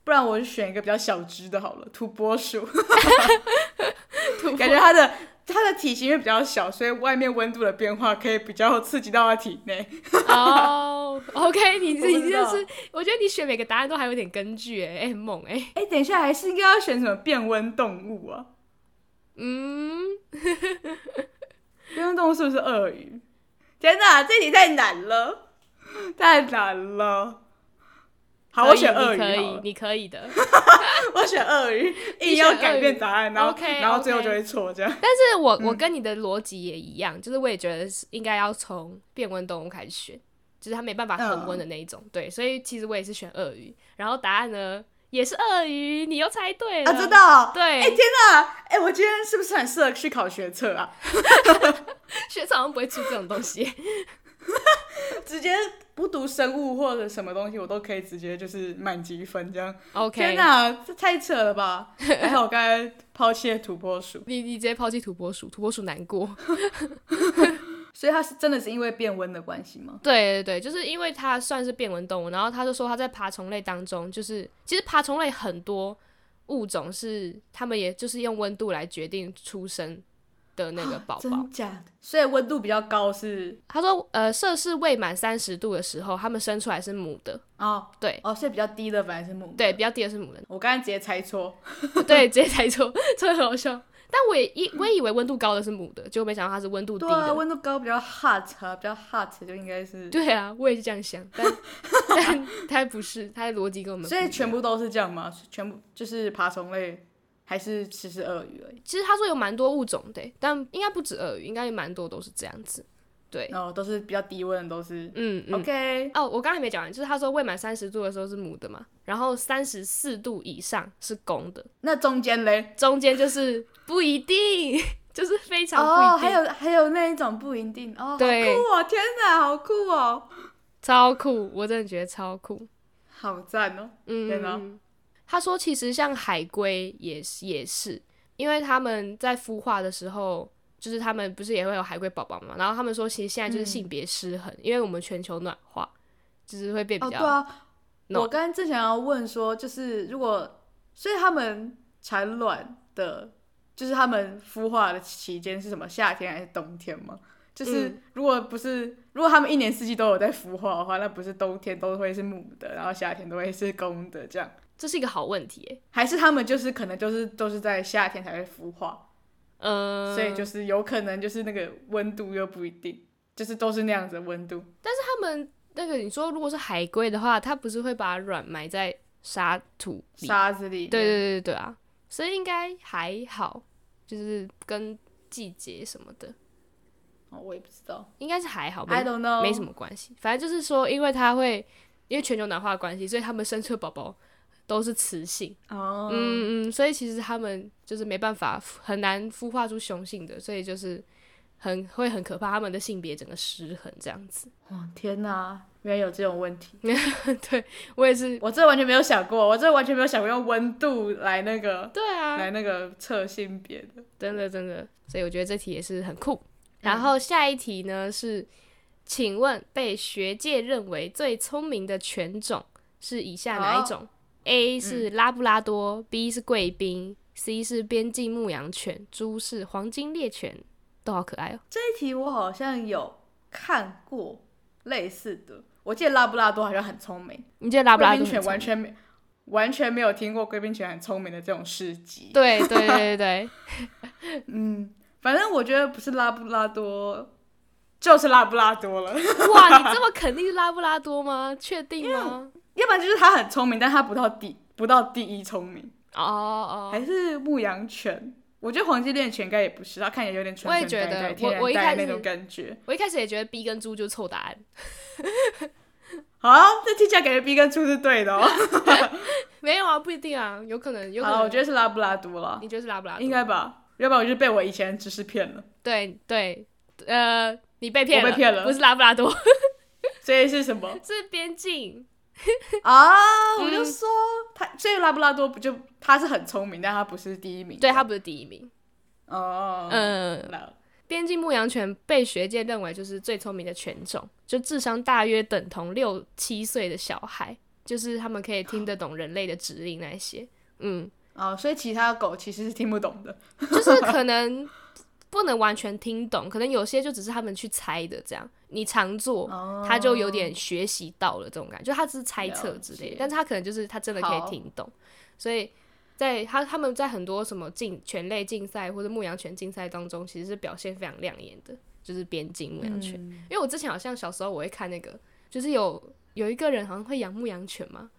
C: 不然我就选一个比较小只的好了，土拨 鼠，
B: 土拨
C: 感觉它的它的体型也比较小，所以外面温度的变化可以比较刺激到它体内。
B: 哦、o k 你
C: 我不
B: 你
C: 知
B: 就
C: 道
B: 是，我觉得你选每个答案都还有点根据哎、哎很猛哎、
C: 哎，等一下，还是应该要选什么变温动物啊？
B: 嗯，
C: 变温动物是不是鳄鱼？天哪，这题太难了，太难了。好，
B: 可
C: 我
B: 以
C: 选鳄
B: 你
C: 鱼
B: 可
C: 好
B: 以
C: 了，
B: 你可以的。
C: 我选鳄鱼，
B: 你
C: 硬要
B: 选鳄
C: 改
B: 鱼
C: 变答案，然后
B: OK，
C: 然后最后
B: OK
C: 就会错这样。
B: 但是我
C: 嗯
B: 我跟你的逻辑也一样，就是我也觉得是应该要从变温动物开始选，就是它没办法恒温的那一
C: 嗯
B: 种。对，所以其实我也是选鳄鱼，然后答案呢也是鳄鱼，你又猜对了。
C: 啊，真的、哦？
B: 对
C: 哎、天哪！哎、我今天是不是很适合去考学测啊？
B: 学长好像不会出这种东 西。
C: 直接不读生物或者什么东西，我都可以直接就是满积分这样。天
B: OK，
C: 哪，这太扯了吧！还好我刚才抛弃了土拨鼠，
B: 你你直接抛弃土拨鼠，土拨鼠难过。
C: 所以它是真的是因为变温的关系吗？
B: 对对对，就是因为它算是变温动物，然后他就说他在爬虫类当中，就是其实爬虫类很多物种是他们也就是用温度来决定出生的那个宝宝
C: 啊真。假的？所以温度比较高是
B: 他说，呃，摄氏未满三十度的时候，他们生出来是母的，
C: 哦
B: 对
C: 哦，所以比较低的反而是母。
B: 对，，比较低的是母的，
C: 我刚才直接猜错。
B: 对，直接猜错，真的很好笑。但我也以我也以为温度高的是母的，结果没想到它是温度低
C: 对啊，
B: 的。
C: 温度高比较 hot，啊比较 hot 就应该是。
B: 对啊，我也是这样想，但但它不是，它的逻辑跟我们不
C: 所
B: 一
C: 以
B: 样
C: 全部都是这样吗？全部就是爬虫类，还是其实鳄鱼而已？
B: 其实他说有蛮多物种的欸，但应该不止鳄鱼，应该有蛮多都是这样子。对，
C: 哦，都是比较低温，都是、
B: 嗯嗯。
C: OK。
B: 哦，我刚才没讲完，就是他说未满三十度的时候是母的嘛，然后三十四度以上是公的，
C: 那中间嘞？
B: 中间就是不一定，就是非常不一定，
C: 哦，还有还有那一种不一定哦，好酷
B: 对
C: 哦！天哪，好酷哦，
B: 超酷，我真的觉得超酷。
C: 好赞哦！
B: 嗯，
C: 对呢
B: 嗯他说其实像海龟也是也是，因为他们在孵化的时候，就是他们不是也会有海龟宝宝嘛，然后他们说其实现在就是性别失衡，因为我们全球暖化，就是会变比
C: 哦，
B: 较
C: 对啊，
B: No
C: 我刚刚正想要问说，就是如果，所以他们产卵的，就是他们孵化的期间是什么？夏天还是冬天吗？就是
B: 嗯
C: 如果不是，如果他们一年四季都有在孵化的话，那不是冬天都会是母的，然后夏天都会是公的这样。
B: 这是一个好问题耶。
C: 还是他们就是可能就是都是在夏天才会孵化，
B: 呃，
C: 所以就是有可能就是那个温度又不一定，就是都是那样子的温度。
B: 他们那个你说如果是海龟的话，它不是会把卵埋在沙土里？
C: 沙子里面，
B: 对对对对啊，所以应该还好，就是跟季节什么的
C: 哦，我也不知道
B: 应该是还好，
C: ，I
B: 哦没
C: don't know，
B: 没什么关系。反正就是说，因为它会因为全球暖化的关系，所以他们生出的宝宝都是雌性。
C: 哦，
B: 嗯嗯，所以其实他们就是没办法孵很难孵化出雄性的，所以就是很会很可怕，他们的性别整个失衡这样子。
C: 哦，天哪，原来有这种问题，
B: 对我也是，
C: 我这完全没有想过，我这完全没有想过用温度来那个
B: 对啊，
C: 来那个测性别的。
B: 真的真的，所以我觉得这题也是很酷。然后下一题呢是，请问被学界认为最聪明的犬种是以下哪一种、a 是拉布拉多、b 是贵宾，C 是边境牧羊犬，猪是黄金猎犬，都好可爱哦。
C: 这一题我好像有看过类似的，我记得拉布拉多好像很聪明，
B: 你觉得拉布拉
C: 贵
B: 多
C: 宾
B: 很
C: 犬
B: 聪
C: 完
B: 明
C: 全没完全没有听过贵宾犬很聪明的这种事迹。
B: 对对对对 对，
C: 嗯，反正我觉得不是拉布拉多，就是拉布拉多了，
B: 哇，你这么肯定是拉布拉多吗？确定吗？
C: 要不然就是它很聪明，但它不到第不到第一聪明，
B: 哦哦，
C: 还是牧羊犬。我觉得黄金猎犬应该也不是，它看起来有点蠢
B: 我也
C: 蠢
B: 觉
C: 呆
B: 得我
C: 呆、天然
B: 我一
C: 呆
B: 开
C: 那
B: 始
C: 种感觉。
B: 我一开始也觉得 B 跟猪就是臭答案，
C: 好，这听起来感觉 B 跟猪是对的哦。
B: 没有啊，不一定啊，有可能有可
C: 好，
B: 能，
C: 我觉得是拉布拉多了，
B: 你觉得是拉布拉多？
C: 应该吧？要不然我就被我以前的知识骗了。
B: 对对，呃，你被骗
C: 我
B: 了，
C: 被骗了
B: 不是拉布拉多，
C: 所以是什么
B: 是边境。嗯
C: 啊？我就说他，所以拉布拉多不就他是很聪明，但他不是第一名。
B: 对，它不是第一名。
C: 哦，
B: 嗯，
C: 那
B: 边境牧羊犬被学界认为就是最聪明的犬种，就智商大约等同六七岁的小孩，就是他们可以听得懂人类的指令那一些。嗯，
C: 哦，所以其他的狗其实是听不懂的。
B: 就是可能不能完全听懂，可能有些就只是他们去猜的这样。你常做，
C: 哦，
B: 他就有点学习到了这种感觉，就他只是猜测之类的
C: 了解，
B: 但是他可能就是他真的可以
C: 好
B: 听懂，所以在他他们在很多什么竞犬类竞赛或者牧羊犬竞赛当中，其实是表现非常亮眼的，就是边境牧羊犬。
C: 嗯
B: 因为我之前好像小时候我会看那个，就是有有一个人好像会养牧羊犬嘛，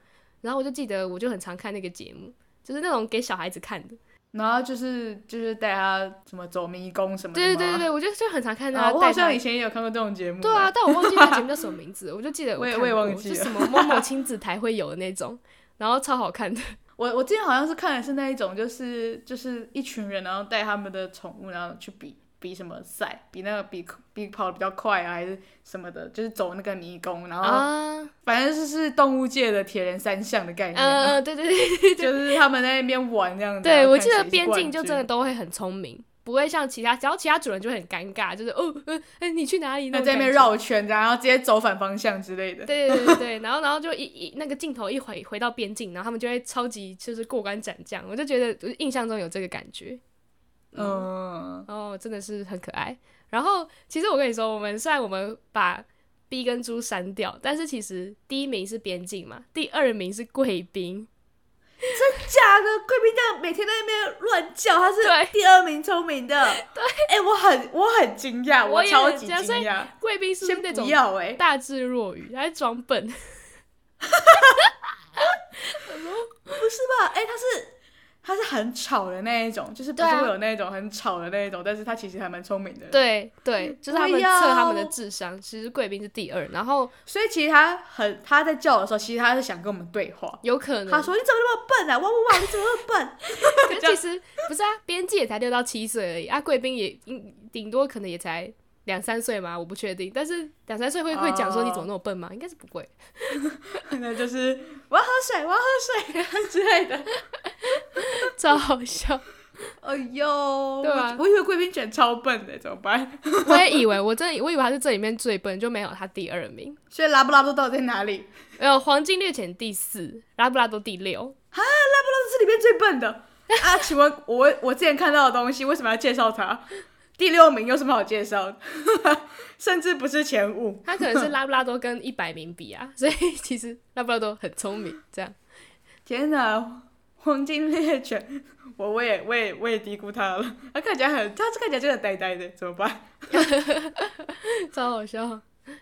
B: 然后我就记得我就很常看那个节目，就是那种给小孩子看的。
C: 然后就是就是带他什么走迷宫什么的
B: 对
C: 吗。
B: 对对对，我就就很常 看
C: 啊，
B: 他
C: 我
B: 带
C: 好
B: 他
C: 像以前也有看过这种节目。
B: 对啊，，但我忘记那节目叫什么名字了，我就记得
C: 我也
B: 看
C: 我也
B: 过
C: 忘记
B: 就
C: 了
B: 什么某 某亲子台会有的那种，然后超好看的。
C: 我我之前好像是看的是那一种，就是就是一群人，然后带他们的宠物，然后去比比什么赛，比那个比比跑的比较快啊，还是什么的，就是走那个迷宫，然后
B: 啊，嗯
C: 反正就是动物界的铁人三项的概念啊、
B: 嗯，对对 对
C: 就是他们在那边玩这样子啊。
B: 对，我
C: 看
B: 记得
C: 谁是
B: 边
C: 冠
B: 境就真的
C: 军
B: 都会很聪明，不会像其他，只要其他主人就会很尴尬，就是哦，呃哎，你去哪里？
C: 那
B: 种
C: 在那边
B: 感觉。
C: 绕圈这样，然后直接走反方向之类的。
B: 对对对对，然后然后就一一那个镜头一回回到边境，然后他们就会超级就是过关斩将，我就觉得我印象中有这个感觉。
C: 嗯，
B: 哦，真的是很可爱。然后，其实我跟你说，我们虽然我们把 B 跟猪删掉，但是其实第一名是边境嘛，第二名是贵宾，
A: 假的，贵宾这样每天在那边乱叫，他是
B: 对
A: 第二名聪明的。
C: 哎、我很我很惊讶，
B: 我也
C: 超
B: 很
C: 级
B: 惊讶
C: 惊
B: 所以
C: 讶，
B: 贵宾是不是
C: 先
B: 那
C: 不
B: 种
C: 要哎、
B: 大智若愚，还装笨？
C: 不是吧？哎、他是他是很吵的那一种，就是不
B: 对
C: 是
B: 啊
C: 会有那种很吵的那一种，但是他其实还蛮聪明的。，
B: 对对，就是他们
C: 不要
B: 测他们的智商，其实贵宾是第二，然后
C: 所以其实他很他在叫的时候，其实他是想跟我们对话。
B: 有可能
A: 他说：“你怎么那么笨啊？哇哇哇，你怎么那么笨
B: 可是其实不是啊，边界也才六到七岁而已啊，贵宾也嗯顶多可能也才两三岁嘛，我不确定。但是两三岁会会讲说
C: 哦
B: 你怎么那么笨吗？应该是不会。
C: 那就是我要喝水，我要喝水 之类的。
B: 超好笑。
C: 哎呦，
B: 对啊
C: 我我以为贵宾犬超笨的，怎么办？
B: 我也以为，我真的我以为他是这里面最笨，就没有他第二名。
C: 所以拉布拉多到底在哪里？
B: 没有黄金猎犬第四，拉布拉多第六。
C: 他是里面最笨的啊！请问我我之前看到的东西，为什么要介绍他？第六名有什么好介绍 的？甚至不是前五。
B: 他可能是拉布拉多跟一百名比啊， 所以其实拉布拉多很聪明。这样，
C: 天哪，黄金猎犬，我我也我也我也低估它了。它看起来很，它看起来真的呆呆的，怎么办？
B: 超好笑，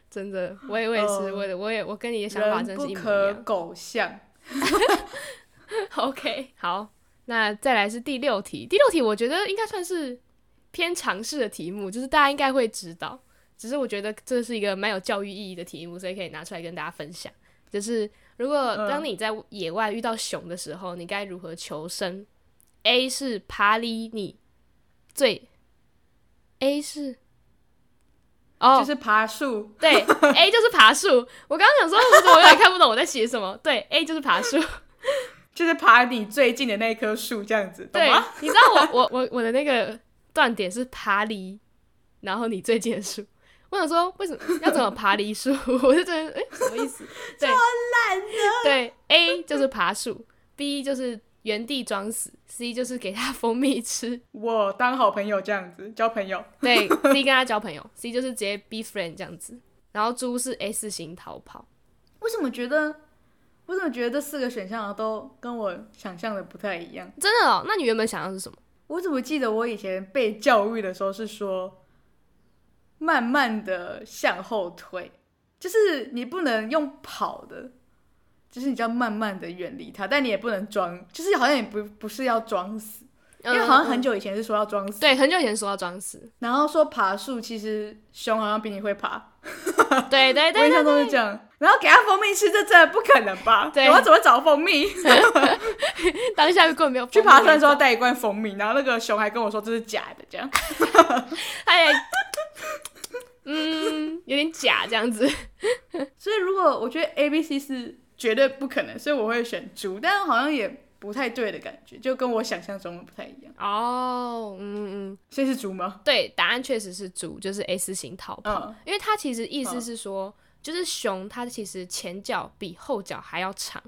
B: 真的。我也我也是，
C: 哦
B: 我的我也我跟你的想法
C: 人
B: 真是
C: 不
B: 一模一
C: 可
B: 样。
C: 狗相。
B: OK，好，那再来是第六题。第六题我觉得应该算是偏常识的题目，就是大家应该会知道。只是我觉得这是一个蛮有教育意义的题目，所以可以拿出来跟大家分享。就是如果
C: 嗯
B: 当你在野外遇到熊的时候，你该如何求生？A 是爬离你最，A 是哦，
C: 就是爬树。
B: 对，A 就是爬树。我刚刚想说，我怎么有点看不懂我在写什么？对，A 就是爬树。
C: 就是爬你最近的那棵树这样子，懂
B: 对
C: 吗？，
B: 你知道我我我我的那个断点是爬离，然后你最近的树。我想说，为什么要怎么爬离树？ 我就觉得，哎、什么意思？对， 对，A 就是爬树，B 就是原地装死，C 就是给他蜂蜜吃。
C: 我当好朋友这样子交朋友，
B: 对，C 跟他交朋友，C 就是直接 be friend 这样子。然后猪是 S 型逃跑，
C: 为什么觉得？我怎么觉得这四个选项都跟我想象的不太一样？
B: 真的哦？那你原本想要是什么？
C: 我怎么记得我以前被教育的时候是说，慢慢的向后退，就是你不能用跑的，就是你要慢慢的远离它，但你也不能装，就是好像也不不是要装死，
B: 嗯
C: 因为好像很
B: 久、
C: 久以前是说要装死，
B: 对，很久以前说要装死，
C: 然后说爬树，其实熊好像比你会爬，
B: 对对
C: 我印
B: 对
C: 象
B: 哎对，
C: 中是这样。然后给它蜂蜜吃，这真的不可能吧？
B: 对
C: 我要怎么找蜂蜜？
B: 当下根本没有
C: 去爬山的时
B: 说，
C: 候带一罐蜂蜜，然后那个熊还跟我说这是假的，这样。
B: 哎，嗯，有点假这样子，
C: 所以如果我觉得 A、B、C 是绝对不可能，所以我会选猪，但好像也不太对的感觉，就跟我想象中的不太一样。
B: 哦，嗯嗯，
C: 所以是猪吗？
B: 对，答案确实是猪，就是 S 型逃跑，
C: 嗯，
B: 因为它其实意思是说，就是熊它其实前脚比后脚还要长，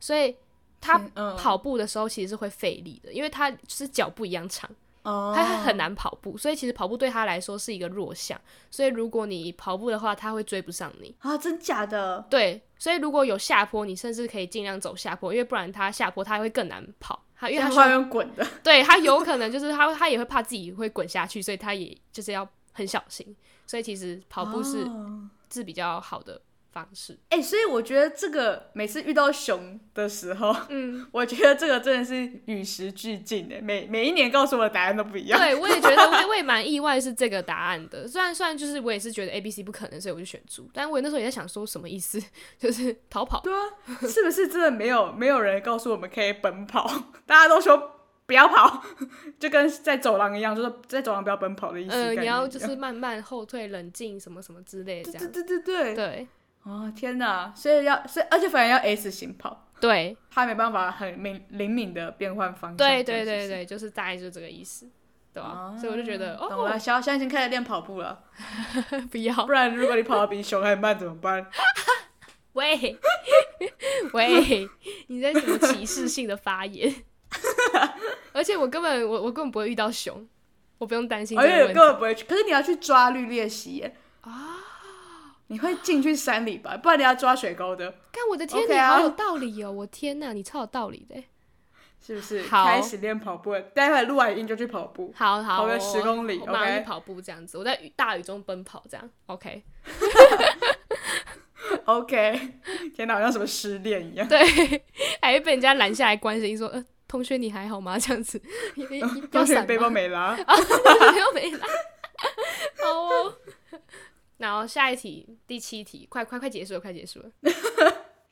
B: 所以它
C: 嗯嗯
B: 跑步的时候其实是会费力的，因为它就是脚不一样长，
C: 哦，
B: 它很难跑步，所以其实跑步对它来说是一个弱项，所以如果你跑步的话，它会追不上你。
C: 啊，真假的？
B: 对，所以如果有下坡，你甚至可以尽量走下坡，因为不然它下坡它会更难跑。它因为 它
C: 像
B: 需要
C: 花园滚的，
B: 对它有可能就是它它也会怕自己会滚下去，所以它也就是要很小心。所以其实跑步是、
C: 哦
B: 是比较好的方 式。
C: 哎、所以我觉得这个每次遇到熊的时候，
B: 嗯，
C: 我觉得这个真的是与时俱进的，每每一年告诉我的答案都不一样。
B: 对，我也觉得我也我也蛮意外是这个答案的。虽然虽然就是我也是觉得 A B C 不可能，所以我就选猪。但我那时候也在想说什么意思， 就是逃跑。
C: 对啊，是不是真的没有没有人告诉我们可以奔跑？ 大家都说不要跑， 就跟在走廊一样，就是在走廊不要奔 跑的意思。
B: 呃，你
C: 概念一
B: 要
C: 样
B: 就是慢慢后退、冷静什么什么之类的
C: 哦
B: 这
C: 对对
B: 样。
C: 对对对。
B: 对
C: 哦天哪！所以要所以而且反而要 S 型跑，
B: 对，
C: 他没办法很敏灵敏的变换方向。
B: 对对对
C: 对。
B: 对，就是大概就是这个意思，对吧、所以我就觉得
C: 哦懂了，
B: 哦，
C: 小现在已经开始练跑步了，
B: 不 要
C: 不然如果你跑得比熊还慢怎么办？
B: 喂 喂，你在什么歧视性的发言？ 而且我根本我我根本不会遇到熊，我不用担心这
C: 而
B: 个
C: 且根
B: 问题。
C: 本不会去，可是你要去抓绿鬣蜥耶啊！你会进去山里吧？不然你要抓水沟的，
B: 看我的天，
C: OK
B: 你
C: 啊
B: 好有道理哦！我天呐，你超有道理的欸。
C: 是不是？
B: 好
C: 开始练跑步了，待会录完音就去跑步。
B: 好好，
C: 跑个
B: 我
C: 10公里
B: 我马上
C: OK
B: 去跑步这样子，我在雨大雨中奔跑这样，OK？
C: OK，天 哪，好像什么失恋一样。
B: 对，还被人家拦下来关心说，呃，同学你还好吗？这样子，
C: 同
B: 要
C: 学
B: 伞
C: 背
B: 吗
C: 包没啊拉，
B: 又没来。好哦。然后下一题，第七题，快快快结束了，快结束了。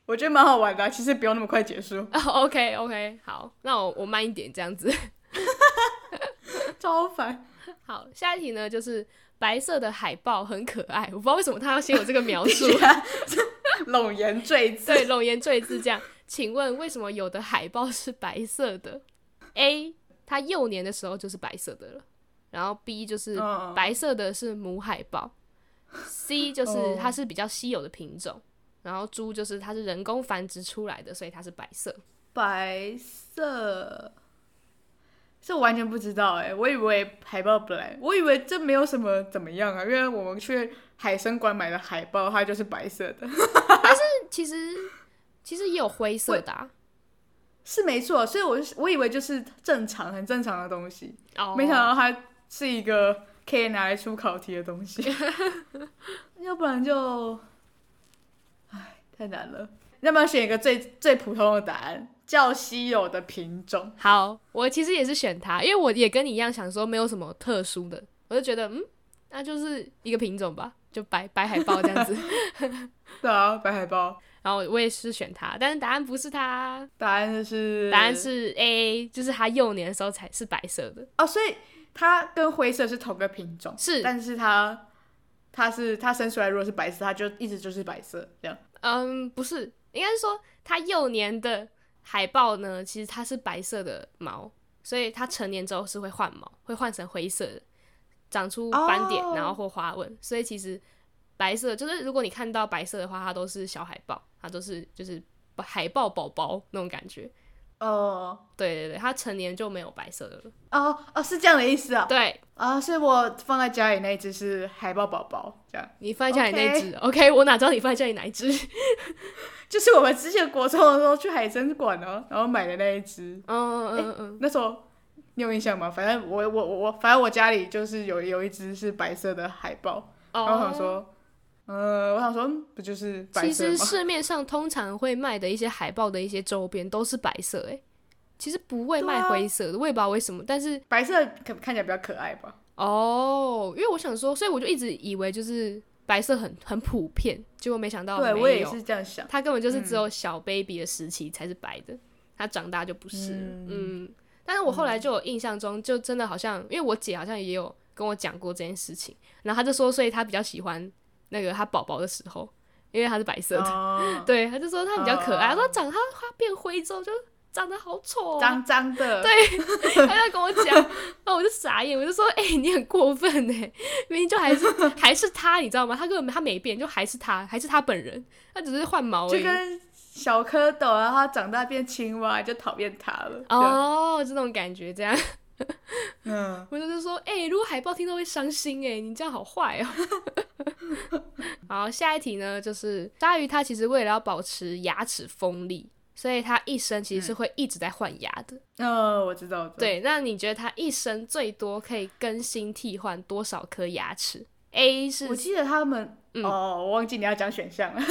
C: 我觉得蛮好玩的啊、其实不用那么快结束，
B: o OK OK，好，那我我慢一点这样子。
C: 超 烦。
B: 好，下一题呢就是白色的海豹很可爱，我不知道为什么他要写我这个描述，
C: 啊冗言赘字，
B: 对，龙颜坠字这样。请问为什么有的海豹是白色的？A，它幼年的时候就是白色的了，然后 B 就是
C: 嗯
B: 白色的是母海豹、c 就是
C: 哦
B: 它是比较稀有的品种，然后猪就是它是人工繁殖出来的，所以它是白色。
C: 白色，这我完全不知道哎、我以为海报本来，我以为这没有什么怎么样啊，因为我们去海参馆买的海报，它就是白色的，
B: 但其实其实也有灰色的、啊，
C: 是没错，所以我就我以为就是正常很正常的东西，
B: 哦，
C: 没想到它是一个可以拿来出考题的 东西，要不然就，唉，太难了。要不要选一个最最普通的答案，较稀有的品种？
B: 好，我其实也是选它，因为我也跟你一样想说没有什么特殊的，我就觉得嗯，那就是一个品种吧，就白白海豹这样子。
C: 对啊，白海豹。
B: 然后我也是选它，但是答案不是它，
C: 答案就是
B: 答案是 A，就是它幼年的时候才是白色的。
C: 哦，所以它跟灰色是同个品种，
B: 是
C: 但是它它是它生出来如果是白色，它就一直就是白色这样。
B: 嗯，不是，应该是说它幼年的海豹呢，其实它是白色的毛，所以它成年之后是会换毛，会换成灰色的，长出斑点
C: 哦
B: 然后或花纹。所以其实白色就是如果你看到白色的话，它都是小海豹，它都是就是海豹宝宝那种感觉。
C: 哦
B: 对对对，它成年就没有白色的了。
C: 哦哦，是这样的意思啊。
B: 对
C: 啊、所以我放在家里那一只是海豹宝宝，这样
B: 你放在家里那只 OK，我哪知道你放在家里哪一只？
C: 就是我们之前国中的时候去海参馆哦，然后买的那一只。
B: 嗯嗯嗯 嗯，
C: 那时候你有印象吗？反正我我我我，反正我家里就是有有一只是白色的海豹，
B: 哦、
C: 然后我想说，呃，我想说嗯不就是白
B: 其
C: 色
B: 实
C: 吗？
B: 市面上通常会卖的一些海报的一些周边都是白色、欸，其实不会卖灰色的，我也不知道为什么。但是
C: 白色可看起来比较可爱吧？
B: 哦，因为我想说，所以我就一直以为就是白色很很普遍，结果没想到
C: 对，我
B: 哦没
C: 也
B: 有，
C: 是这样想。
B: 它根本
C: 嗯
B: 就是只有小 baby 的时期才是白的，它长大就不是了。嗯但是我后来就有印象中，就真的好像，因为我姐好像也有跟我讲过这件事情，然后她就说，所以她比较喜欢那个她宝宝的时候，因为它是白色的。
C: 哦，
B: 对，他就说他比较可爱，他
C: 哦
B: 说长他他变灰之后就长得好丑、哦，
C: 脏脏 的，对，
B: 他就跟我讲，然后我就傻眼，我就说，哎、你很过分哎，明明就还是还是他，你知道吗？他根本没他没变，就还是他，还是他本人，他只是换毛而
C: 就
B: 已。
C: 跟小蝌蚪，然后它长大变青蛙，就讨厌它了。哦，
B: 哦，这种感觉这样，
C: 嗯，
B: 我就是说，哎、如果海豹听到会伤心哎，你这样好坏哦。哦 好，下一题呢，就是鲨鱼它其实为了要保持牙齿锋利，所以它一生其实
C: 嗯
B: 是会一直在换牙的。
C: 呃，我知道，我知道，
B: 对，那你觉得他一生最多可以更新替换多少颗牙齿？A 是
C: 我记得他们、
B: 嗯
C: 哦，我忘记你要讲选项了。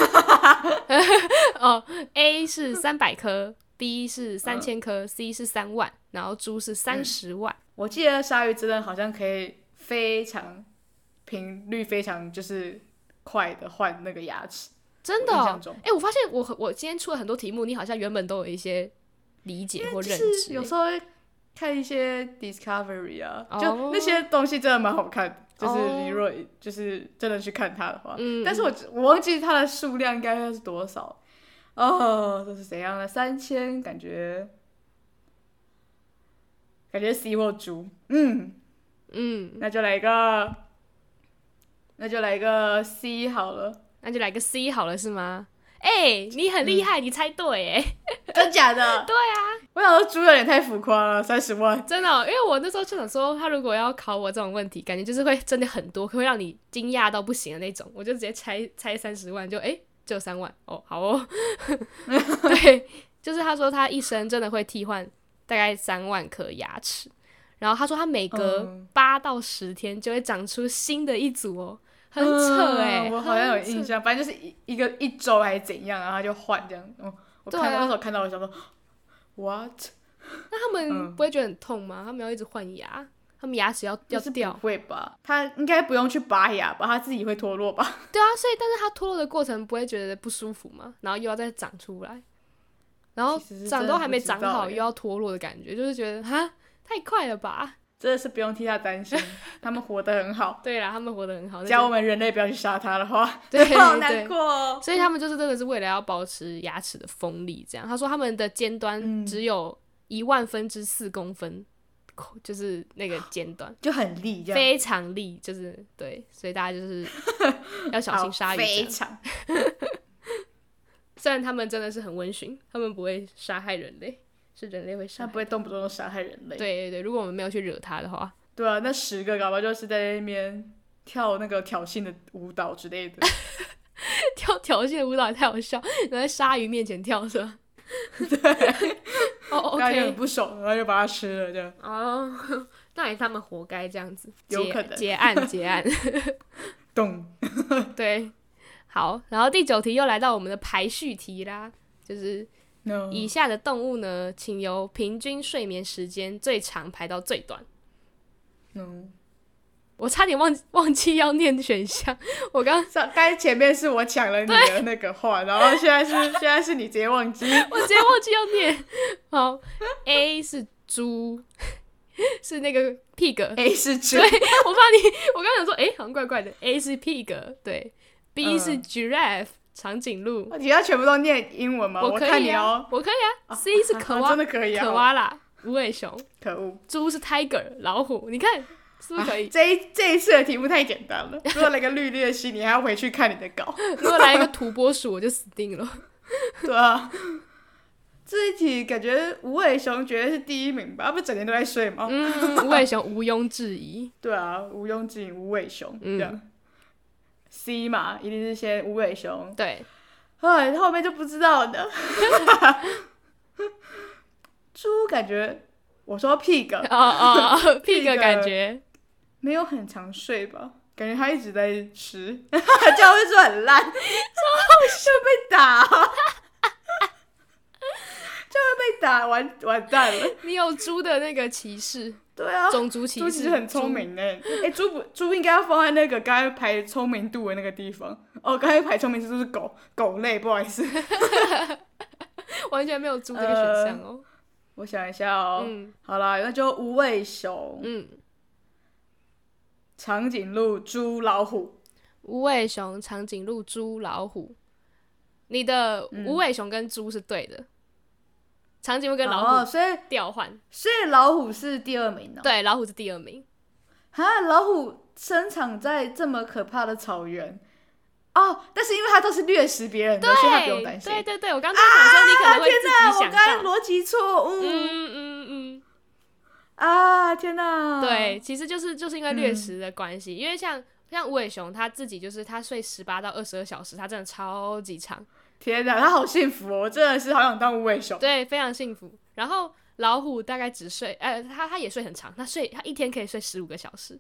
B: 哦，A 是三百颗，B 是
C: 嗯
B: 三千颗，C 是三万，然后猪是三十万。
C: 我记得鲨鱼之刃好像可以非常频率非常就是快的换那个牙齿，
B: 真的、
C: 我印
B: 哦
C: 象中？
B: 哎、我发现我我今天出了很多题目，你好像原本都有一些理解或认
C: 就是
B: 知。
C: 有时候会看一些 Discovery 啊，
B: 哦
C: 就那些东西真的蛮好看的。就是
B: 哦
C: 你如果就是真的去看它的话，
B: 嗯
C: 但是我我忘记它的数量应该是多少哦，这是怎样呢？三千感觉感觉 C 或猪，嗯，
B: 嗯，
C: 那就来一个，那就来一个 C 好了。
B: 那就来个 C 好了，是吗？哎、你很厉害，你猜对哎，
C: 真假的？嗯 对啊，我想说猪有点太浮夸了，三十万。
B: 真的哦、因为我那时候就想说，他如果要考我这种问题，感觉就是会真的很多，会让你惊讶到不行的那种。我就直接猜猜三十万，就诶，只有三万哦，好 哦。对，就是他说他一生真的会替换大概三万颗牙齿，然后他说他每隔
C: 嗯
B: 八到十天就会长出新的一组哦，很扯哎、
C: 嗯我好像有
B: 很扯
C: 印象，反正就是一一个一周还是怎样，然后他就换这样。哦，我
B: 对
C: 看
B: 啊
C: 到、那时候看到我想说，what？
B: 那他们
C: 嗯
B: 不会觉得很痛吗？他们要一直换牙，他们牙齿要要
C: 就是
B: 掉
C: 不。会吧？他应该不用去拔牙吧？他自己会脱落吧？
B: 对啊，所以但是它脱落的过程不会觉得不舒服嘛，然后又要再长出来，然后
C: 其实是
B: 长
C: 真
B: 都
C: 的
B: 还
C: 不
B: 没
C: 知
B: 长
C: 道
B: 好
C: 欸
B: 又要脱落的感觉，就是觉得哈太快了吧？
C: 真的是不用替他 担心，他们活得很好。
B: 对啦，他们活得很好，
C: 只要我
B: 但
C: 们人类不要去杀他的话，
B: 对
C: 好
B: 对
C: 难过哦。
B: 所以他们就是真的是为了要保持牙齿的锋利，这样。他说他们的尖端
C: 嗯
B: 只有一万分之四公分，就是那个尖端。
C: 就很利这样，
B: 非常利，就是对，所以大家就是 要小心鲨
C: 好
B: 鱼这
C: 非
B: 样。
C: 常。
B: 虽然他们真的是很温驯，他们不会杀害人类，是人类会杀
C: 他
B: 害
C: 啊不会动不动就杀害人类。
B: 对对对，如果我们没有去惹他的话，
C: 对啊，那十个搞不好就是在那边跳那个挑衅的舞蹈之类的。
B: 跳挑衅舞蹈也太好笑，你在鲨鱼面前跳是吧？对， 哦
C: 大家就很
B: ，OK，
C: 不爽，然后就把它吃了这样。
B: 哦， 那也是他们活该这样子，
C: 有
B: 结
C: 可能
B: 结案结 案，
C: 咚，
B: 对，好，然后第九题又来到我们的排序题啦，就是
C: 那
B: 以下的动物呢，请由平均睡眠时间最长排到最短。
C: 嗯，
B: 我差点忘忘记要念选项，我刚
C: 上刚才前面是我抢了你的那个话，然后现 在是现在是你直接忘记。
B: 我直接忘记要念。好，A 是猪是那个 pig，
C: A 是 G，
B: 对我怕你，我刚想说，哎、好像怪怪的。A 是 pig，对，B
C: 嗯
B: 是 giraffe，、长颈鹿。
C: 你要全部都念英文吗？我
B: 可
C: 看
B: 以
C: 你
B: 啊
C: 哦，，
B: 我可以啊。C 是可蛙，
C: 真的可以啊，
B: 可蛙啦，无尾熊。
C: 可恶！
B: 猪是 tiger，老虎。你看是不是可以？
C: 这一这一次的题目太简单 了，如果来个绿鬣蜥，你还要回去看你的稿。
B: 如果来一个土拨鼠，我就死定了。
C: 对啊，这一题感觉无尾熊绝对是第一名吧？它不是整天都在睡吗？
B: 嗯，无尾熊毋庸置疑。
C: 对啊，无庸置疑，无尾熊、
B: 嗯
C: 这样。C 嘛，一定是先无尾熊，
B: 对，
C: 哎，后面就不知道的。 猪感觉，我说 pig
B: 哦哦哦
C: pig
B: ，pig 感觉
C: 没有很常睡吧？感觉它一直在吃， 这样会说很烂，超好笑，被打， 这样会被打，完完蛋了。
B: 你有猪的那个歧视，
C: 对啊，
B: 种族歧
C: 猪
B: 视。
C: 其实很聪明呢。哎、猪不猪应该要放在那个刚才排聪明度的那个地方。哦，刚才排聪明度是狗狗类，不好 意思，
B: 猪， 完全没有猪这个选项哦。
C: 我想一下哦。
B: 嗯
C: 好啦，那就无尾熊、
B: 嗯，
C: 长颈鹿、猪、老虎。
B: 无尾熊、长颈鹿、猪、老虎，你的
C: 嗯
B: 无尾熊跟猪是对的，长颈鹿跟老
C: 哦，
B: 虎
C: 所以
B: 调换。
C: 所以老虎是第二名哦。
B: 对，老虎是第二名。
C: 啊，老虎生长在这么可怕的草原。哦，但是因为它都是掠食别人的，所以它不用担
B: 对
C: 心。
B: 对对对，我刚刚想说你可能会自
C: 啊，我
B: 己
C: 刚才
B: 想到。
C: 逻辑错误、
B: 嗯嗯嗯，
C: 啊！天哪，
B: 对，，其实就是就是因为掠食的关
C: 嗯
B: 系，因为像像无尾熊它自己就是它睡十八到二十二小时，它真的超级长，
C: 天哪，它好幸福哦，真的是好想当无尾熊。
B: 对，非常幸福。然后老虎大概只睡，呃，它它也睡很长，它睡它一天可以睡十五个小时，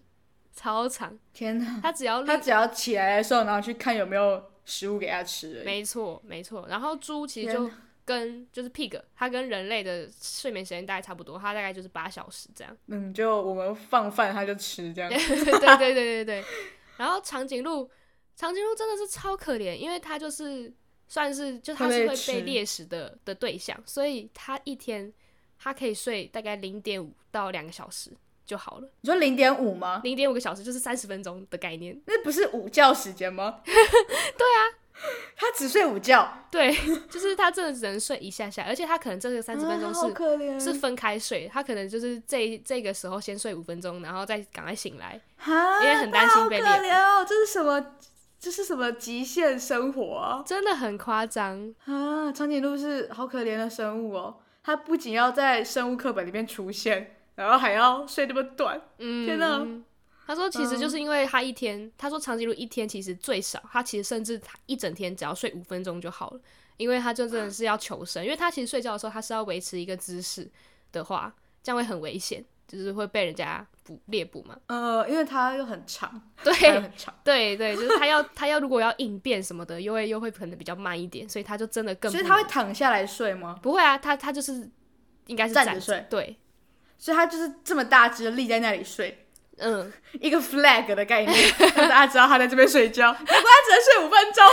B: 超长。
C: 天哪！
B: 它只要
C: 他嗯只要起来的时候，然后去看有没有食物给他吃而已。
B: 没错，没错。然后猪其实
C: 天
B: 就跟就是 pig，它跟人类的睡眠时间大概差不多，它大概就是八小时这样。
C: 嗯，就我们放饭他就吃这 样。
B: 对对对对对对。然后长颈鹿，长颈鹿真的是超可怜，因为它就是算是就它
C: 会
B: 是
C: 被
B: 会
C: 吃
B: 被猎食的的对象，所以它一天它可以睡大概零点五到两个小时就好了，
C: 你说零点五吗？
B: 零点五个小时就是三十分钟的概念。
C: 那不是午觉时 间吗？对啊，他只睡午觉，
B: 对， 就是它真的只能睡一下下，而且它可能这个三十分钟
C: 啊
B: 是
C: 好可怜，
B: 是分开睡，他可能就是这这个时候先睡五分钟，然后再赶快醒来。
C: 啊，
B: 因为很担心被猎
C: 他好可怜哦，这是什么？这是什么极限生活啊？
B: 真的很夸张，
C: 啊，长颈鹿是好可怜的生物哦，它不仅要在生物课本里面出现，然后还要睡那么短。
B: 嗯，
C: 天哪！
B: 他说，其
C: 嗯
B: 实就是因为他一天，他说长颈鹿一天其实最少，他其实甚至他一整天只要睡五分钟就好了，因为他就真的是要求生，因为他其实睡觉的时候他是要维持一个姿势的话，这样会很危险，就是会被人家捕猎捕嘛。
C: 呃，因为它又很长，
B: 对，
C: 它又很长。
B: 对对，就是他要他要如果要应变什么的，又会又会可能比较慢一点，所以他就真的更
C: 所以
B: 不
C: 他会
B: 能
C: 躺下来睡吗？
B: 不会啊，他他就是应该是
C: 站
B: 站
C: 着睡
B: 对，
C: 所以他就是这么大只立在那里睡，
B: 嗯，
C: 一个 flag 的概念， 让大家知道他在这边睡觉。难怪他只能睡五分钟。